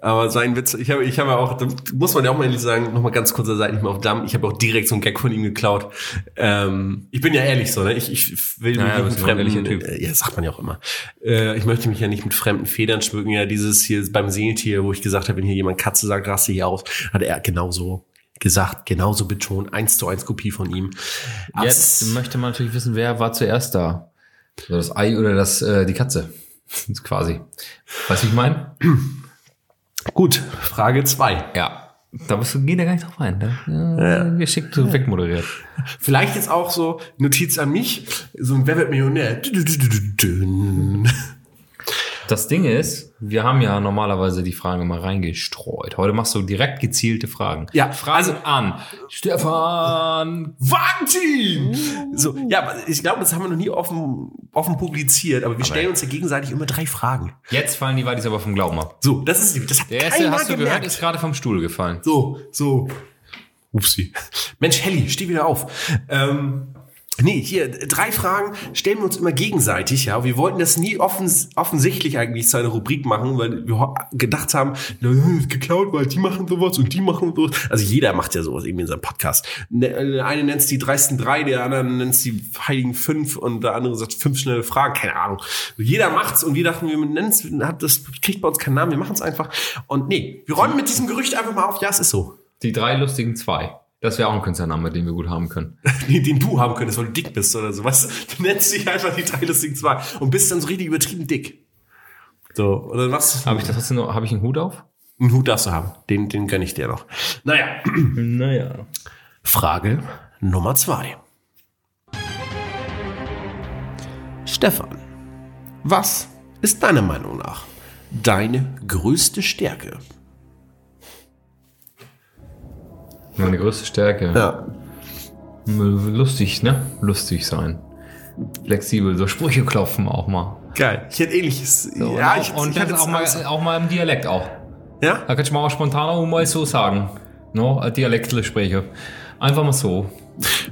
Speaker 5: Aber sein Witz, ich habe ich habe auch, da muss man ja auch mal ehrlich sagen, nochmal ganz kurzer Seitenhieb auf Damm, ich habe auch direkt so einen Gag von ihm geklaut. Ähm, ich bin ja ehrlich so, ne? Ich, ich will mich
Speaker 3: Ja, ja,
Speaker 5: nicht mit
Speaker 3: bist du ein
Speaker 5: fremden,
Speaker 3: ehrlicher Typ.
Speaker 5: äh, ja, sagt man ja auch immer. Äh, ich möchte mich ja nicht mit fremden Federn schmücken. Ja, dieses hier beim Seeltier, wo ich gesagt habe, wenn hier jemand Katze sagt, raste hier aus, hat er genauso gesagt, genauso betont, eins zu eins Kopie von ihm. Aber es-
Speaker 3: Jetzt möchte man natürlich wissen, wer war zuerst da? Also das Ei oder das, äh, die Katze? Quasi. Weißt du, wie ich meine?
Speaker 5: Gut, Frage zwei.
Speaker 3: Ja. Da bist du, geht er gar nicht drauf ein. ne? Äh, Da, ja, geschickt so wegmoderiert.
Speaker 5: Vielleicht jetzt auch so Notiz an mich, so ein Wer wird Millionär? Dü- dü- dü- dü- dü- dün.
Speaker 3: Das Ding ist, wir haben ja normalerweise die Fragen immer reingestreut. Heute machst du direkt gezielte Fragen.
Speaker 5: Ja,
Speaker 3: Fragen
Speaker 5: also-
Speaker 3: an. Stefan.
Speaker 5: Wagenteam! So, ja, aber ich glaube, das haben wir noch nie offen, offen publiziert, aber wir stellen uns ja gegenseitig immer drei Fragen.
Speaker 3: Jetzt fallen die Wadis aber vom Glauben ab.
Speaker 5: So, das ist das hat
Speaker 3: Der erste,
Speaker 5: keiner
Speaker 3: hast du
Speaker 5: gemerkt.
Speaker 3: gehört, ist gerade vom Stuhl gefallen.
Speaker 5: so, so. Upsi. Mensch, Helly, steh wieder auf. Ähm, nee, hier, drei Fragen stellen wir uns immer gegenseitig, ja. Wir wollten das nie offens offensichtlich eigentlich zu einer Rubrik machen, weil wir ho- gedacht haben, na, ist geklaut, weil die machen sowas und die machen sowas. Also jeder macht ja sowas irgendwie in seinem Podcast. Ne- Der eine nennt es die dreisten drei, der andere nennt es die heiligen fünf und der andere sagt fünf schnelle Fragen, keine Ahnung. Jeder macht's und wir dachten, wir nennen es, das kriegt bei uns keinen Namen, wir machen's einfach. Und nee, wir räumen mit diesem Gerücht einfach mal auf, ja, es ist so.
Speaker 3: Die drei lustigen zwei. Das wäre auch ein Künstlername, den wir gut haben können.
Speaker 5: Nee, den du haben könntest, weil du dick bist oder sowas. Du nennst dich einfach die drei lustigen zwei und bist dann so richtig übertrieben dick. So, oder was?
Speaker 3: Habe ich das trotzdem noch, habe ich einen Hut auf?
Speaker 5: Einen Hut darfst du haben. Den, den gönne ich dir noch. Naja.
Speaker 3: Naja.
Speaker 5: Frage Nummer zwei. Stefan, was ist deiner Meinung nach deine größte Stärke?
Speaker 3: Meine größte Stärke.
Speaker 5: Ja.
Speaker 3: Lustig, ne? Lustig sein. Flexibel, so Sprüche klopfen auch mal.
Speaker 5: Geil. Ich hätte ähnliches.
Speaker 3: So, und auch, und das auch mal, äh, auch mal im Dialekt auch.
Speaker 5: Ja?
Speaker 3: Da kannst du mal auch spontan auch mal so sagen. No, Dialektgespräche. Einfach mal so.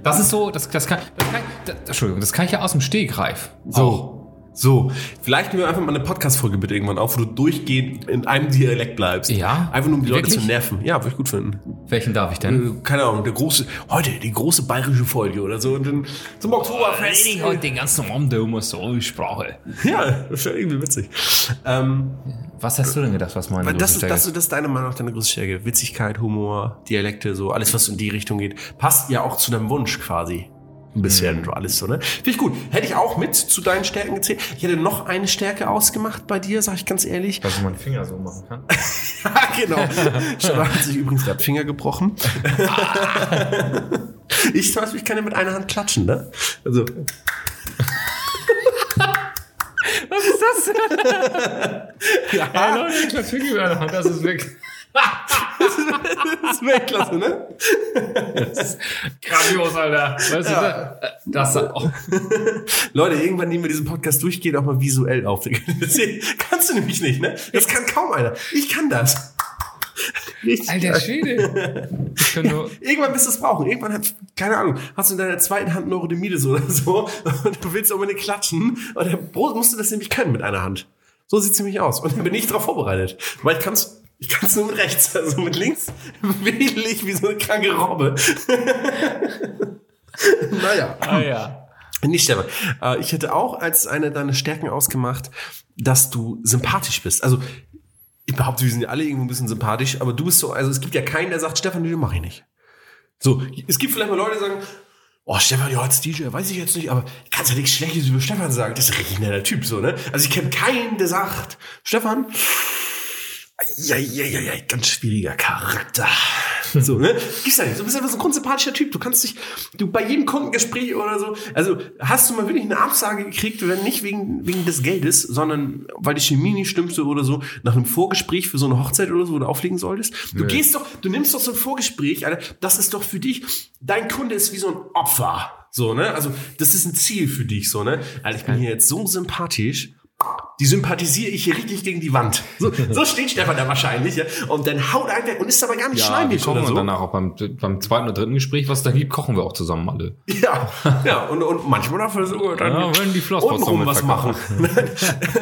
Speaker 3: Das ist so, das, das kann, das kann das, Entschuldigung, das kann ich ja aus dem Stegreif.
Speaker 5: So. So, vielleicht nehmen wir einfach mal eine Podcast-Folge bitte irgendwann auf, wo du durchgehend in einem Dialekt bleibst.
Speaker 3: Ja?
Speaker 5: Einfach nur um die Leute
Speaker 3: Wirklich?
Speaker 5: zu nerven. Ja, würde ich gut finden.
Speaker 3: Welchen darf ich denn?
Speaker 5: Äh, Keine Ahnung, der große, heute die große bayerische Folge oder so. Und dann zum Oktoberfest.
Speaker 3: den ganzen Raum der Humor-Sprache.
Speaker 5: Ja, das ist ja irgendwie witzig. Ähm,
Speaker 3: Was hast du denn gedacht, was meine
Speaker 5: weil das,
Speaker 3: größte
Speaker 5: ist,
Speaker 3: Stärke
Speaker 5: das, ist, das ist deine Meinung nach deine größte Stärke. Witzigkeit, Humor, Dialekte, so alles, was in die Richtung geht. Passt ja auch zu deinem Wunsch quasi. Ein bisschen so alles so, ne? Finde ich gut. Hätte ich auch mit zu deinen Stärken gezählt. Ich hätte noch eine Stärke ausgemacht bei dir, sag ich ganz ehrlich.
Speaker 3: Dass ich meinen Finger so machen kann.
Speaker 5: Ah, genau. Stefan hat sich übrigens gerade Finger gebrochen. ich zum Beispiel kann ja mit einer Hand klatschen, ne? Also. Was ist das? ja,
Speaker 3: Leute, ich Finger über der Hand, das ist wirklich
Speaker 5: das ist Weltklasse, ne?
Speaker 3: grandios, Alter. Weißt du, das, das oh.
Speaker 5: Leute, irgendwann nehmen wir diesen Podcast durchgehend auch mal visuell auf. Das kannst du nämlich nicht, ne? Das kann kaum einer. Ich kann das. Richtig.
Speaker 3: Alter Schwede. Ich kann nur,
Speaker 5: Irgendwann wirst du es brauchen. Irgendwann hat, keine Ahnung, hast du in deiner zweiten Hand Neurodermitis oder so und du willst unbedingt klatschen und dann musst du das nämlich können mit einer Hand. So sieht's nämlich aus. Und dann bin ich darauf vorbereitet. Weil ich kann's, ich kann's nur mit rechts, also mit links wedel ich wie so eine kranke Robbe. naja.
Speaker 3: ah ja.
Speaker 5: Nicht Stefan. Äh, Ich hätte auch als eine deiner Stärken ausgemacht, dass du sympathisch bist. Also, ich behaupte, wir sind ja alle irgendwo ein bisschen sympathisch, aber du bist so, also es gibt ja keinen, der sagt, Stefan, nee, den mache ich nicht. So, es gibt vielleicht mal Leute, die sagen, oh, Stefan, ja, als DJ, weiß ich jetzt nicht, aber ich kann ja nichts Schlechtes über Stefan sagen. Das ist ein richtig netter Typ, so, ne? Also ich kenne keinen, der sagt, Stefan, ja, ja, ja, ja, ganz schwieriger Charakter. So, ne? Gibt's ja nicht. Du bist einfach so ein grundsympathischer Typ. Du kannst dich, du bei jedem Kundengespräch oder so, also hast du mal wirklich eine Absage gekriegt oder nicht wegen, wegen des Geldes, sondern weil die Chemie nicht stimmte oder so, nach einem Vorgespräch für so eine Hochzeit oder so, wo du auflegen solltest. Du gehst doch, du nimmst doch so ein Vorgespräch, Alter, das ist doch für dich, dein Kunde ist wie so ein Opfer. So, ne? Also, das ist ein Ziel für dich, so, ne? Alter, ich bin hier jetzt so sympathisch. die sympathisiere ich hier richtig gegen die Wand. So, so steht Stefan da wahrscheinlich. Ja? Und dann haut einen weg und ist aber gar nicht
Speaker 3: Ja, Ah, wir
Speaker 5: schneidig
Speaker 3: kochen
Speaker 5: oder so.
Speaker 3: danach auch beim, beim zweiten oder dritten Gespräch, was da gibt, kochen wir auch zusammen alle.
Speaker 5: Ja, ja und, und manchmal dafür so dann
Speaker 3: Ja, wenn die Flosspots
Speaker 5: untenrum was machen.
Speaker 3: verkauft.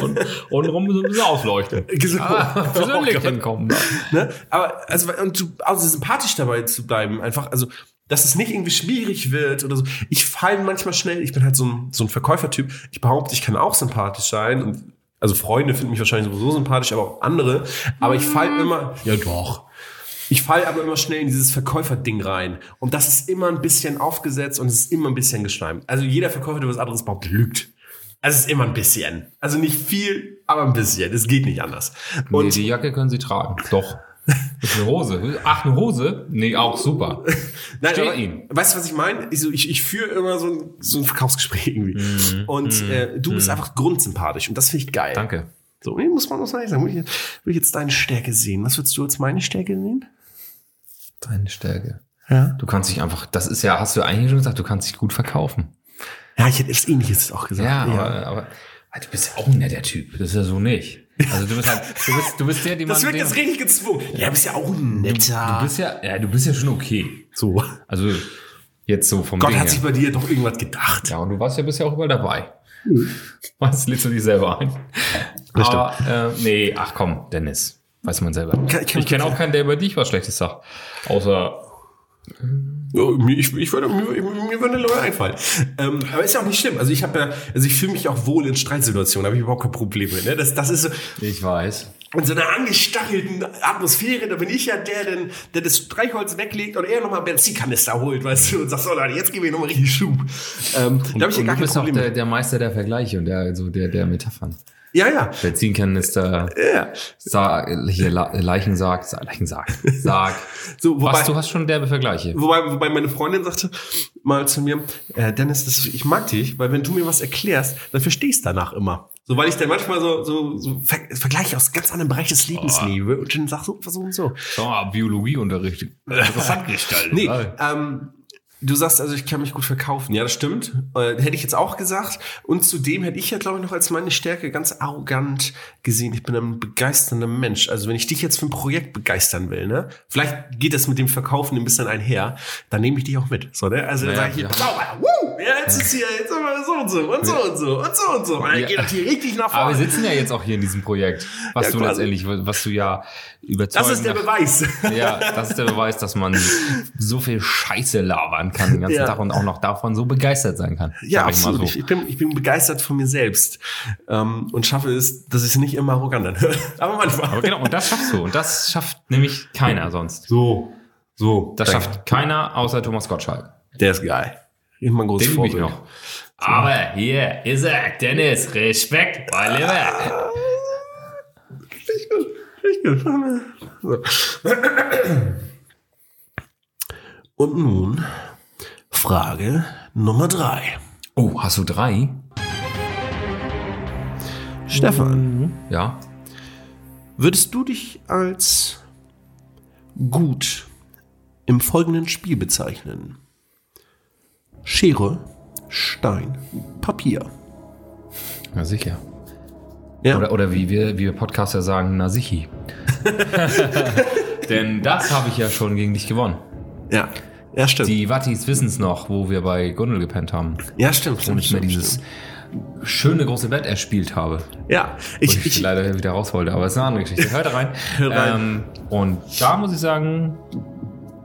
Speaker 3: Und, und rum so ein bisschen aufleuchten.
Speaker 5: Genau.
Speaker 3: Ah. Persönlich
Speaker 5: Oh Gott.
Speaker 3: hinkommen.
Speaker 5: Ne? Aber also, und du, also sympathisch dabei zu bleiben, einfach, also, dass es nicht irgendwie schwierig wird oder so. Ich falle manchmal schnell, ich bin halt so ein, so ein Verkäufertyp. Ich behaupte, ich kann auch sympathisch sein. Und, also Freunde finden mich wahrscheinlich sowieso sympathisch, aber auch andere. Aber ich falle immer, ja doch. Ich falle aber immer schnell in dieses Verkäuferding rein. Und das ist immer ein bisschen aufgesetzt und es ist immer ein bisschen geschleimt. Also jeder Verkäufer, der was anderes braucht, lügt. Also es ist immer ein bisschen. Also nicht viel, aber ein bisschen. Es geht nicht anders.
Speaker 3: nee, die Jacke können sie tragen. Doch. Das ist eine Hose. Ach, eine Hose? Nee, auch super.
Speaker 5: Nein,
Speaker 3: Steht
Speaker 5: aber,
Speaker 3: ihm.
Speaker 5: Weißt du, was ich meine? Ich, so, ich, ich führe immer so ein, so ein Verkaufsgespräch irgendwie. Und äh, du bist einfach grundsympathisch und das finde ich geil.
Speaker 3: Mhm. Danke.
Speaker 5: So, nee, muss man muss man nicht sagen. Will ich, jetzt- will ich jetzt deine Stärke sehen? Was würdest du als meine Stärke sehen?
Speaker 3: Deine Stärke.
Speaker 5: Ja.
Speaker 3: Du kannst dich einfach, das ist ja, hast du eigentlich schon gesagt, du kannst dich gut verkaufen.
Speaker 5: Ja, ich hätte jetzt ähnliches auch gesagt.
Speaker 3: Ja, aber, aber ah, du bist ja auch ein netter Typ. Das ist ja so nicht. Also du bist halt, du bist, du bist der, den
Speaker 5: Das
Speaker 3: man...
Speaker 5: wird jetzt
Speaker 3: den,
Speaker 5: richtig gezwungen. Ja, du bist ja auch ein netter.
Speaker 3: du bist ja, ja, du bist ja schon okay.
Speaker 5: so.
Speaker 3: Also jetzt so vom
Speaker 5: Gott
Speaker 3: Ding
Speaker 5: hat sich
Speaker 3: her.
Speaker 5: bei dir doch irgendwas gedacht.
Speaker 3: Ja, und du warst ja bisher auch überall dabei.
Speaker 5: Hm.
Speaker 3: Was lädst du dich selber ein? Aber, äh, nee, ach komm, Dennis. Weiß man selber.
Speaker 5: Kann- kann-
Speaker 3: ich kenne auch keinen, der über dich was Schlechtes sagt. Außer,
Speaker 5: Ja, mir- ich, ich würde, mir, mir würde Leute einfallen. Ähm, aber ist ja auch nicht schlimm. Also ich habe ja, also ich fühle mich auch wohl in Streitsituationen, da habe ich überhaupt kein Problem mit. Ne? Das, das ist so,
Speaker 3: ich weiß.
Speaker 5: in so einer angestachelten Atmosphäre, da bin ich ja der, der, der das Streichholz weglegt und er nochmal einen Benzinkanister holt, weißt du, und sagt, so, Leute, jetzt geben wir nochmal richtig Schub. Ähm, da habe ich ja
Speaker 3: Und
Speaker 5: gar
Speaker 3: du
Speaker 5: kein
Speaker 3: bist auch
Speaker 5: Problem
Speaker 3: der,
Speaker 5: mit.
Speaker 3: der Meister der Vergleiche und der, also der, der Metaphern.
Speaker 5: Ja, ja.
Speaker 3: Benzinkanister,
Speaker 5: ja.
Speaker 3: Sa hier La Leichensarg, Sa Leichensarg, Sarg.
Speaker 5: So, wobei-
Speaker 3: was, du hast schon derbe Vergleiche.
Speaker 5: Wobei, wobei meine Freundin sagte mal zu mir, äh, Dennis, das, ich mag dich, weil wenn du mir was erklärst, dann verstehst du danach immer. So, weil ich dann manchmal so, so, so Ver Vergleiche aus ganz anderen Bereich des Lebens liebe und dann sag so, so und so.
Speaker 3: Schau mal, Biologieunterricht. Interessant gestaltet.
Speaker 5: Nee, ähm, du sagst also, ich kann mich gut verkaufen. Ja, das stimmt. Äh, hätte ich jetzt auch gesagt. Und zudem hätte ich ja, glaube ich, noch als meine Stärke ganz arrogant gesehen. Ich bin ein begeisternder Mensch. Also wenn ich dich jetzt für ein Projekt begeistern will, ne? Vielleicht geht das mit dem Verkaufen ein bisschen einher. Dann nehme ich dich auch mit. So, ne? Also dann sage
Speaker 3: Naja,
Speaker 5: ich hier,
Speaker 3: wir
Speaker 5: pass auf, Alter, wuh, ja, jetzt ist hier, jetzt haben wir so und so und so und so und so und so. Und dann
Speaker 3: Ja.
Speaker 5: geht das hier richtig nach
Speaker 3: Aber wir
Speaker 5: vorne.
Speaker 3: sitzen ja jetzt auch hier in diesem Projekt, was
Speaker 5: Ja,
Speaker 3: du
Speaker 5: quasi.
Speaker 3: letztendlich, was du ja überzeugend
Speaker 5: Das ist der
Speaker 3: nach-
Speaker 5: Beweis.
Speaker 3: Ja, das ist der Beweis, dass man so viel Scheiße labern kann den ganzen
Speaker 5: Ja.
Speaker 3: Tag und auch noch davon so begeistert sein kann.
Speaker 5: Ja,
Speaker 3: Sag ich mal
Speaker 5: absolut.
Speaker 3: so.
Speaker 5: Ich, ich, bin, ich bin begeistert von mir selbst ähm, und schaffe es, dass ich es nicht immer arrogant anhöre. Aber manchmal.
Speaker 3: Aber genau, und das schaffst du. Und das schafft nämlich keiner sonst.
Speaker 5: So, so.
Speaker 3: Das schafft keiner außer Thomas Gottschalk.
Speaker 5: Der ist geil. Immer ein großes
Speaker 3: Den liebe ich
Speaker 5: Vorbild.
Speaker 3: noch. Aber hier ist er, Dennis, Respekt, Oliver.
Speaker 5: Und nun Frage Nummer drei.
Speaker 3: Oh, hast du drei?
Speaker 5: Stefan,
Speaker 3: Ja.
Speaker 5: würdest du dich als gut im folgenden Spiel bezeichnen? Schere, Stein, Papier.
Speaker 3: Na sicher.
Speaker 5: Ja.
Speaker 3: Oder, oder wie, wir, wie wir Podcaster sagen, na sichi. Denn das habe ich ja schon gegen dich gewonnen.
Speaker 5: Ja. Ja, stimmt.
Speaker 3: Die Wattis wissen es noch, wo wir bei Gundel gepennt haben.
Speaker 5: ja, stimmt.
Speaker 3: Und
Speaker 5: stimmt,
Speaker 3: ich mir
Speaker 5: stimmt,
Speaker 3: dieses
Speaker 5: stimmt.
Speaker 3: schöne große Bett erspielt habe.
Speaker 5: Ja,
Speaker 3: Wo
Speaker 5: ich,
Speaker 3: ich,
Speaker 5: ich,
Speaker 3: leider wieder raus wollte, aber es ist eine andere Geschichte. Hört rein. Ähm, und da muss ich sagen,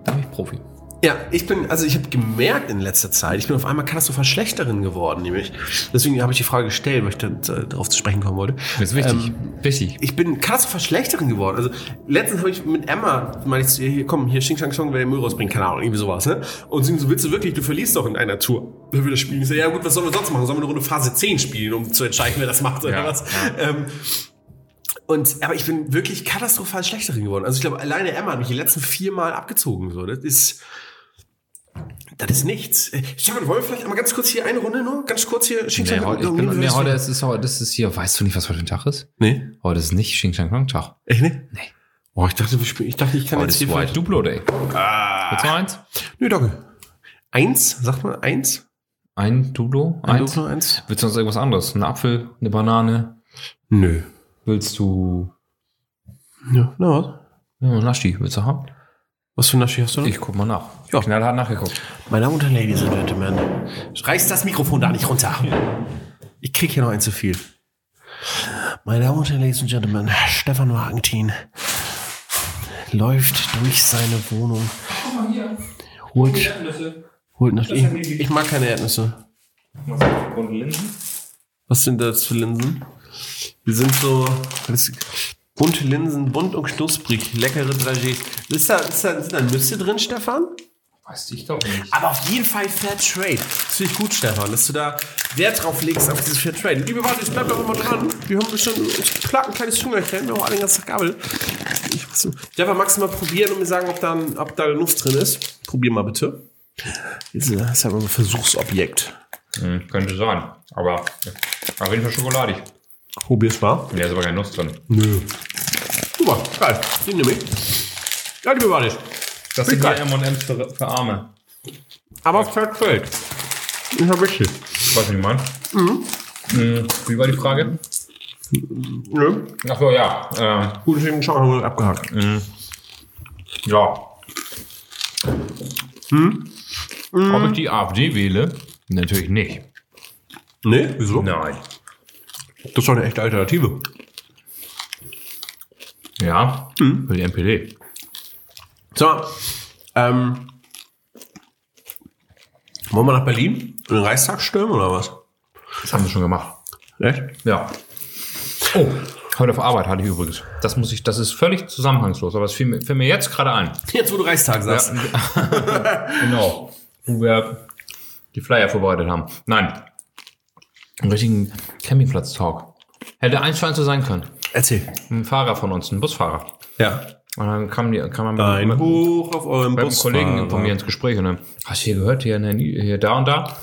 Speaker 3: da bin ich Profi.
Speaker 5: Ja, ich bin, also ich habe gemerkt in letzter Zeit, ich bin auf einmal katastrophal schlechterin geworden, nämlich. Deswegen habe ich die Frage gestellt, weil ich dann, äh, darauf zu sprechen kommen wollte.
Speaker 3: Das ist wichtig. wichtig.
Speaker 5: Ähm, Ich bin katastrophal schlechterin geworden. Also letztens habe ich mit Emma, meine ich, zu ihr, hier, komm, hier Xing Shang Chong, wer den Müll rausbringt, keine Ahnung, irgendwie sowas, ne? Und sie so, willst du wirklich, du verlierst doch in einer Tour. Dann will das spielen. Ich so, ja gut, was sollen wir sonst machen? Sollen wir eine Runde Phase 10 spielen, um zu entscheiden, wer das macht oder
Speaker 3: Ja,
Speaker 5: was? Ähm, und, aber ich bin wirklich katastrophal schlechterin geworden. Also ich glaube, alleine Emma hat mich die letzten vier Mal abgezogen. So. Das ist, das ist nichts. Äh, Stefan, wollen wir vielleicht einmal ganz kurz hier eine Runde nur? Ganz kurz hier. Xing
Speaker 3: Nee,
Speaker 5: Shang-
Speaker 3: heute, ich
Speaker 5: Irgendwie
Speaker 3: bin, nee,
Speaker 5: willst du-
Speaker 3: heute ist, ist, heute ist es hier, weißt du nicht, was heute ein Tag ist?
Speaker 5: Nee,
Speaker 3: Heute ist nicht Xing Shang Kong Tag.
Speaker 5: echt nicht? Nee. Oh, ich dachte, wir spielen- ich dachte, ich kann
Speaker 3: Heute
Speaker 5: jetzt
Speaker 3: ist
Speaker 5: hier vielleicht-
Speaker 3: White Duplo Day. Ah. Willst du noch eins?
Speaker 5: Nö, danke. Eins, sagt man eins?
Speaker 3: Ein Duplo? Eins?
Speaker 5: Duplo eins?
Speaker 3: Willst du sonst irgendwas anderes? Ein Apfel, eine Banane?
Speaker 5: Nö.
Speaker 3: Willst du.
Speaker 5: Ja, na was?
Speaker 3: Ja, einen Naschi, willst du haben?
Speaker 5: Was für ein Naschi hast du noch?
Speaker 3: Ich guck mal nach. Ja. Knall hat nachgeguckt.
Speaker 5: Meine Damen und Ladies and Gentlemen, reiß das Mikrofon da nicht runter. Ich krieg hier noch ein zu viel. Meine Damen und Ladies and Gentlemen, Stefan Wagentin läuft durch seine Wohnung. Holt, holt noch die. Ich mag keine Erdnüsse. Was sind das für Linsen? Die sind so das, bunte Linsen, bunt und knusprig, leckere Dragées. Ist da, ist, da, sind da Nüsse drin, Stefan?
Speaker 3: Weiß ich doch nicht.
Speaker 5: Aber auf jeden Fall Fair Trade. Das finde ich gut, Stefan, dass du da Wert drauf legst auf dieses Fair Trade. Liebe Leute, jetzt bleibt doch mal dran. Wir haben bestimmt ich plag ein kleines Hungerchen. Wir haben alle den ganzen Tag Gabel. Ich mach's so. Stefan, magst du mal probieren und mir sagen, ob da, ein- ob da eine Nuss drin ist? Probier mal bitte. Jetzt äh, ist aber ein Versuchsobjekt.
Speaker 3: Hm, könnte sein. Aber auf jeden Fall schokoladig.
Speaker 5: Probier's mal.
Speaker 3: Da ist aber keine Nuss drin.
Speaker 5: Nö. Super, geil. Den nehme ich. Ja, liebe Leute.
Speaker 3: Das
Speaker 5: sind
Speaker 3: sind
Speaker 5: ja
Speaker 3: ja M&M's für, Arme.
Speaker 5: Aber Fair Trade. Ist ja wichtig.
Speaker 3: Weiß nicht, Mann. Hm, Wie war die Frage?
Speaker 5: Nö.
Speaker 3: Ach so, ja. Äh,
Speaker 5: Gut, deswegen schon mal abgehakt.
Speaker 3: ja. Hm? Ob ich die AfD wähle? Natürlich nicht.
Speaker 5: Nee, wieso?
Speaker 3: Nein.
Speaker 5: Das ist doch eine echte Alternative.
Speaker 3: Ja, für die NPD.
Speaker 5: So, ähm, wollen wir nach Berlin und den Reichstag stürmen oder was?
Speaker 3: Das haben sie schon gemacht.
Speaker 5: Echt?
Speaker 3: Ja. Oh, heute auf Arbeit hatte ich übrigens. Das muss ich, das ist völlig zusammenhangslos, aber es fiel mir, fiel mir jetzt gerade ein.
Speaker 5: Jetzt, wo du Reichstag sagst.
Speaker 3: Genau. Wo wir die Flyer vorbereitet haben. Nein. Einen richtigen Campingplatz-Talk. Hätte eins für eins so sein können.
Speaker 5: Erzähl.
Speaker 3: Ein Fahrer von uns, ein Busfahrer.
Speaker 5: Ja.
Speaker 3: Und dann kam, die, kam man mit,
Speaker 5: Ein
Speaker 3: mit,
Speaker 5: Buch auf eurem
Speaker 3: mit einem
Speaker 5: Bus.
Speaker 3: Kollegen von mir ins Gespräch und dann, hast du hier gehört, hier, in der Nie- hier da und da?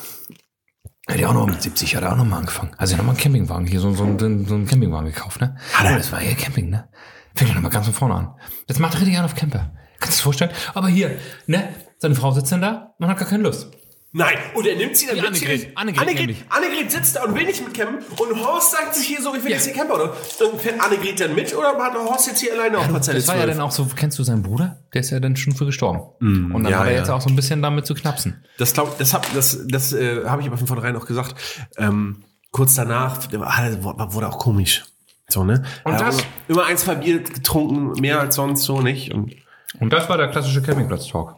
Speaker 3: Hat er auch noch mit 70, hat er auch noch mal angefangen. Also er hat noch mal einen Campingwagen, hier so, so, so, so einen Campingwagen gekauft, ne? Hallo. Das war hier Camping, ne? Fängt doch noch mal ganz von vorne an. Jetzt macht er richtig an auf Camper. Kannst du dir vorstellen? Aber hier, ne? Seine Frau sitzt dann da, man hat gar keine Lust.
Speaker 5: Nein, und er nimmt sie dann
Speaker 3: Die
Speaker 5: mit.
Speaker 3: Annegret,
Speaker 5: Sie-
Speaker 3: Annegret
Speaker 5: Annegret,
Speaker 3: nämlich.
Speaker 5: Annegret sitzt da und will nicht mitcampen und Horst sagt sich hier so, ich will
Speaker 3: Ja.
Speaker 5: jetzt hier campen. Oder? Und fährt Annegret dann mit oder hat Horst jetzt hier alleine auf Parzelle
Speaker 3: Das war ja
Speaker 5: 12?
Speaker 3: dann auch so, kennst du seinen Bruder? Der ist ja dann schon früh gestorben. und dann
Speaker 5: Mm, ja,
Speaker 3: hat er
Speaker 5: ja.
Speaker 3: jetzt auch so ein bisschen damit zu knapsen.
Speaker 5: Das glaub, das hab, das, das äh, habe ich aber von vornherein auch gesagt. Ähm, kurz danach ah, wurde auch komisch. So, ne?
Speaker 3: Und
Speaker 5: Ja,
Speaker 3: das-
Speaker 5: Immer, immer ein, zwei Bier getrunken, mehr als sonst so nicht. Und
Speaker 3: Und das war der klassische Campingplatz-Talk.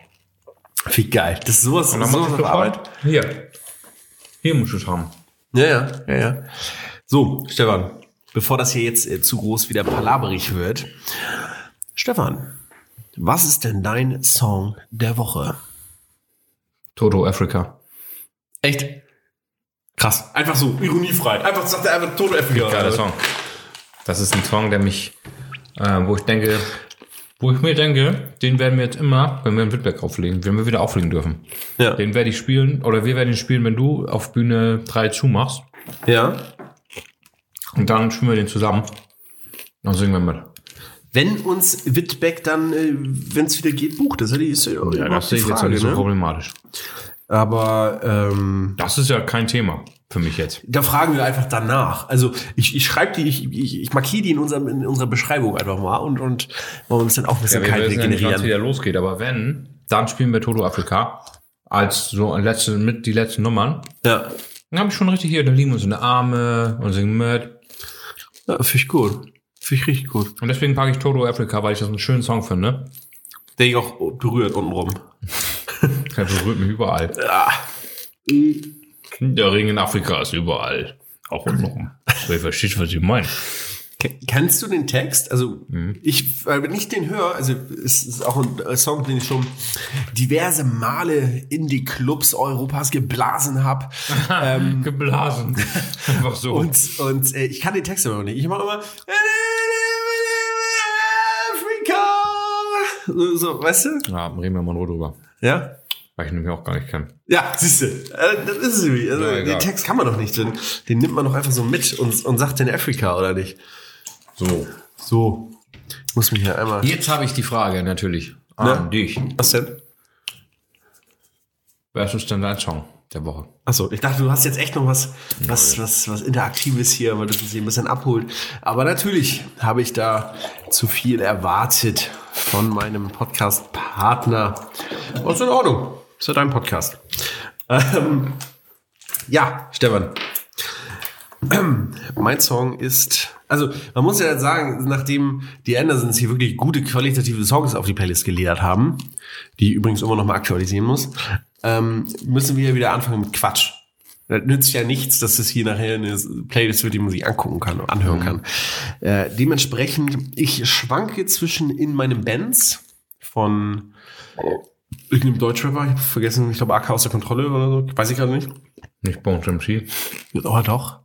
Speaker 5: wie geil. Das ist sowas,
Speaker 3: Und dann
Speaker 5: sowas
Speaker 3: muss ich
Speaker 5: auf Arbeit.
Speaker 3: Arbeit. Hier. Hier musst du es haben.
Speaker 5: Ja, ja, ja, ja. So, Stefan, bevor das hier jetzt äh, zu groß wieder palaberig wird. Stefan, was ist denn dein Song der Woche?
Speaker 3: Toto Africa.
Speaker 5: Echt? Krass. Einfach so, ironiefrei. Einfach sagt er einfach Toto
Speaker 3: Geiler Song. Das ist ein Song, der mich, äh, wo ich denke, wo ich mir denke, den werden wir jetzt immer, wenn wir in Wittenberg auflegen, wenn wir wieder auflegen dürfen.
Speaker 5: Ja.
Speaker 3: Den werde ich spielen, oder wir werden ihn spielen, wenn du auf Bühne 3 zumachst.
Speaker 5: Ja.
Speaker 3: Und dann spielen wir den zusammen. Dann singen wir mit.
Speaker 5: Wenn uns Wittbeck dann, äh, wenn es wieder geht, bucht. Das ist ja die, ist ja
Speaker 3: Ja,
Speaker 5: überhaupt
Speaker 3: das sehe
Speaker 5: die
Speaker 3: ich jetzt halt
Speaker 5: Frage.
Speaker 3: nicht so
Speaker 5: Ne?
Speaker 3: problematisch.
Speaker 5: Aber ähm,
Speaker 3: Das ist ja kein Thema für mich jetzt.
Speaker 5: da fragen wir einfach danach. Also ich, ich schreibe die, ich, ich, ich markiere die in, unserem, in unserer Beschreibung einfach mal und, und wollen uns dann auch ein bisschen
Speaker 3: wir
Speaker 5: Kalt
Speaker 3: wissen ja nicht, wann es
Speaker 5: generieren.
Speaker 3: wieder losgeht, aber wenn, dann spielen wir Toto Afrika als so ein letzte, mit die letzten Nummern.
Speaker 5: Ja,
Speaker 3: Dann habe ich schon richtig hier, da liegen wir uns in der Arme und singen mit.
Speaker 5: ja finde ich gut. Finde ich richtig gut.
Speaker 3: Und deswegen packe ich Toto Africa, weil ich das einen schönen Song finde.
Speaker 5: Der ich auch oh, berührt untenrum.
Speaker 3: Der berührt mich überall. Der Ring in Afrika ist überall. Auch untenrum. Aber Ich verstehe, was ich meine.
Speaker 5: Ke- Kennst du den Text? Also
Speaker 3: Mhm.
Speaker 5: ich, äh, wenn ich den höre, also es ist auch ein äh, Song, den ich schon diverse Male in die Clubs Europas geblasen habe.
Speaker 3: Ähm, Geblasen. Einfach so.
Speaker 5: Und, und äh, ich kann den Text aber noch nicht. Ich mache immer Afrika. So, so, weißt du?
Speaker 3: ja, reden wir mal nur drüber.
Speaker 5: Ja.
Speaker 3: Weil ich nämlich auch gar nicht kenne.
Speaker 5: Ja, siehst du. Äh, das ist es irgendwie. Also,
Speaker 3: Ja,
Speaker 5: den
Speaker 3: egal.
Speaker 5: Text kann man doch nicht. Den, den nimmt man doch einfach so mit und, und sagt den Afrika, oder nicht?
Speaker 3: So.
Speaker 5: So. Ich muss mich hier einmal.
Speaker 3: Jetzt habe ich die Frage natürlich an
Speaker 5: Ne?
Speaker 3: dich.
Speaker 5: Was denn?
Speaker 3: Wer ist denn dein Song? der Woche.
Speaker 5: Achso, ich dachte, du hast jetzt echt noch was, was, was, was Interaktives hier, weil das uns hier ein bisschen abholt. Aber natürlich habe ich da zu viel erwartet von meinem Podcast-Partner. Was ist in Ordnung. Ist ja dein Podcast. Ähm, ja, Stefan. Mein Song ist, also man muss ja jetzt sagen, nachdem die Andersons hier wirklich gute qualitative Songs auf die Playlist geledert haben, die ich übrigens immer noch mal aktualisieren muss, ähm, müssen wir wieder anfangen mit Quatsch. Das nützt ja nichts, dass es hier nachher eine Playlist wird, die man sich angucken kann und anhören kann. Äh, dementsprechend, ich schwanke zwischen in meinem Bands von irgendeinem Deutschrapper, ich habe vergessen, ich glaube AK aus der Kontrolle oder so, weiß ich gerade nicht.
Speaker 3: Nicht Bone MC.
Speaker 5: Oh, doch.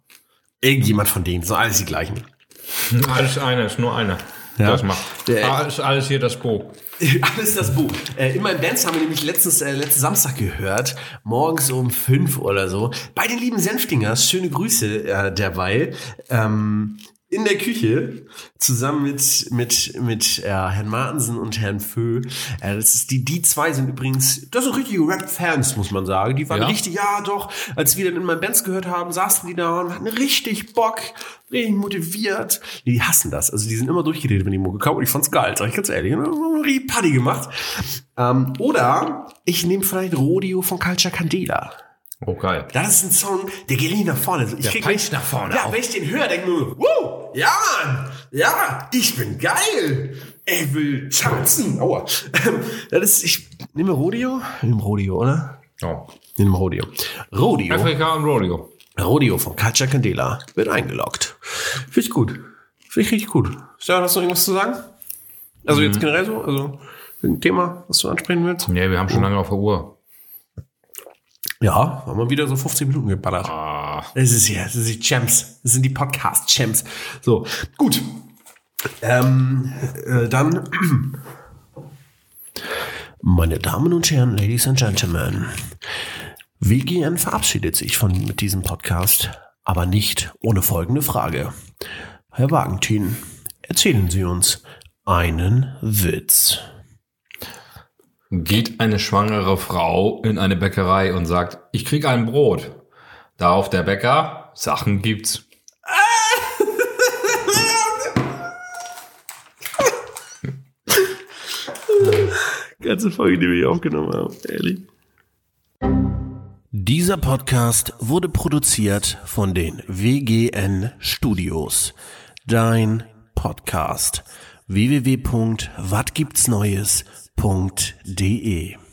Speaker 5: Irgendjemand von denen, so alles die gleichen.
Speaker 3: Alles einer, ist nur einer.
Speaker 5: Ja.
Speaker 3: Das macht.
Speaker 5: Der-
Speaker 3: Alles, alles hier das Bo.
Speaker 5: Alles das Buch. Äh, in meinem Bands haben wir nämlich letztens, äh, letzten Samstag gehört, morgens um fünf oder so, bei den lieben Senftingers, schöne Grüße äh, derweil, ähm, in der Küche, zusammen mit, mit, mit äh, Herrn Martensen und Herrn Föh. Äh, das ist die, die zwei sind übrigens, das sind richtige Rap-Fans, muss man sagen. Die waren
Speaker 3: Ja?
Speaker 5: richtig, ja doch, als wir dann in meinem Bands gehört haben, saßen die da und hatten richtig Bock, richtig motiviert. Die hassen das. Also die sind immer durchgeredet, wenn die Mucke kam und ich fand's geil, sag ich ganz ehrlich. Und haben Richtig Party gemacht. Ähm, oder ich nehme vielleicht Rodeo von Culture Candela.
Speaker 3: Oh, geil.
Speaker 5: Das ist ein Song, der geht nicht nach vorne. Also, Ich krieg
Speaker 3: peitscht nach vorne
Speaker 5: Ja,
Speaker 3: auch.
Speaker 5: wenn ich den höre, denke ich mir, wow, ja, Mann, ja, ich bin geil. Ich will tanzen. Aua. Das ist, ich nehme Rodeo. Nimm Rodeo, oder?
Speaker 3: Oh.
Speaker 5: Nimm Rodeo. Rodeo.
Speaker 3: Afrika und Rodeo.
Speaker 5: Rodeo von Katja Candela wird eingeloggt. Finde ich gut. Finde ich richtig gut. Stefan, hast du noch irgendwas zu sagen? Also jetzt generell so? Also ein Thema, was du ansprechen willst?
Speaker 3: Nee, wir haben schon lange auf der Uhr.
Speaker 5: Ja, haben wir wieder so 15 Minuten geballert. Es ist ja, es ist die Champs. Es sind die Podcast-Champs. So, gut. Ähm, äh, dann, meine Damen und Herren, Ladies and Gentlemen, WGN verabschiedet sich von mit diesem Podcast, aber nicht ohne folgende Frage. Herr Wagentin, erzählen Sie uns einen Witz.
Speaker 3: Geht eine schwangere Frau in eine Bäckerei und sagt, ich krieg ein Brot. Darauf der Bäcker, Sachen gibt's.
Speaker 5: ganze Folge, die wir hier aufgenommen haben, ehrlich. Dieser Podcast wurde produziert von den WGN Studios. Dein Podcast. www.watgibtsneues.de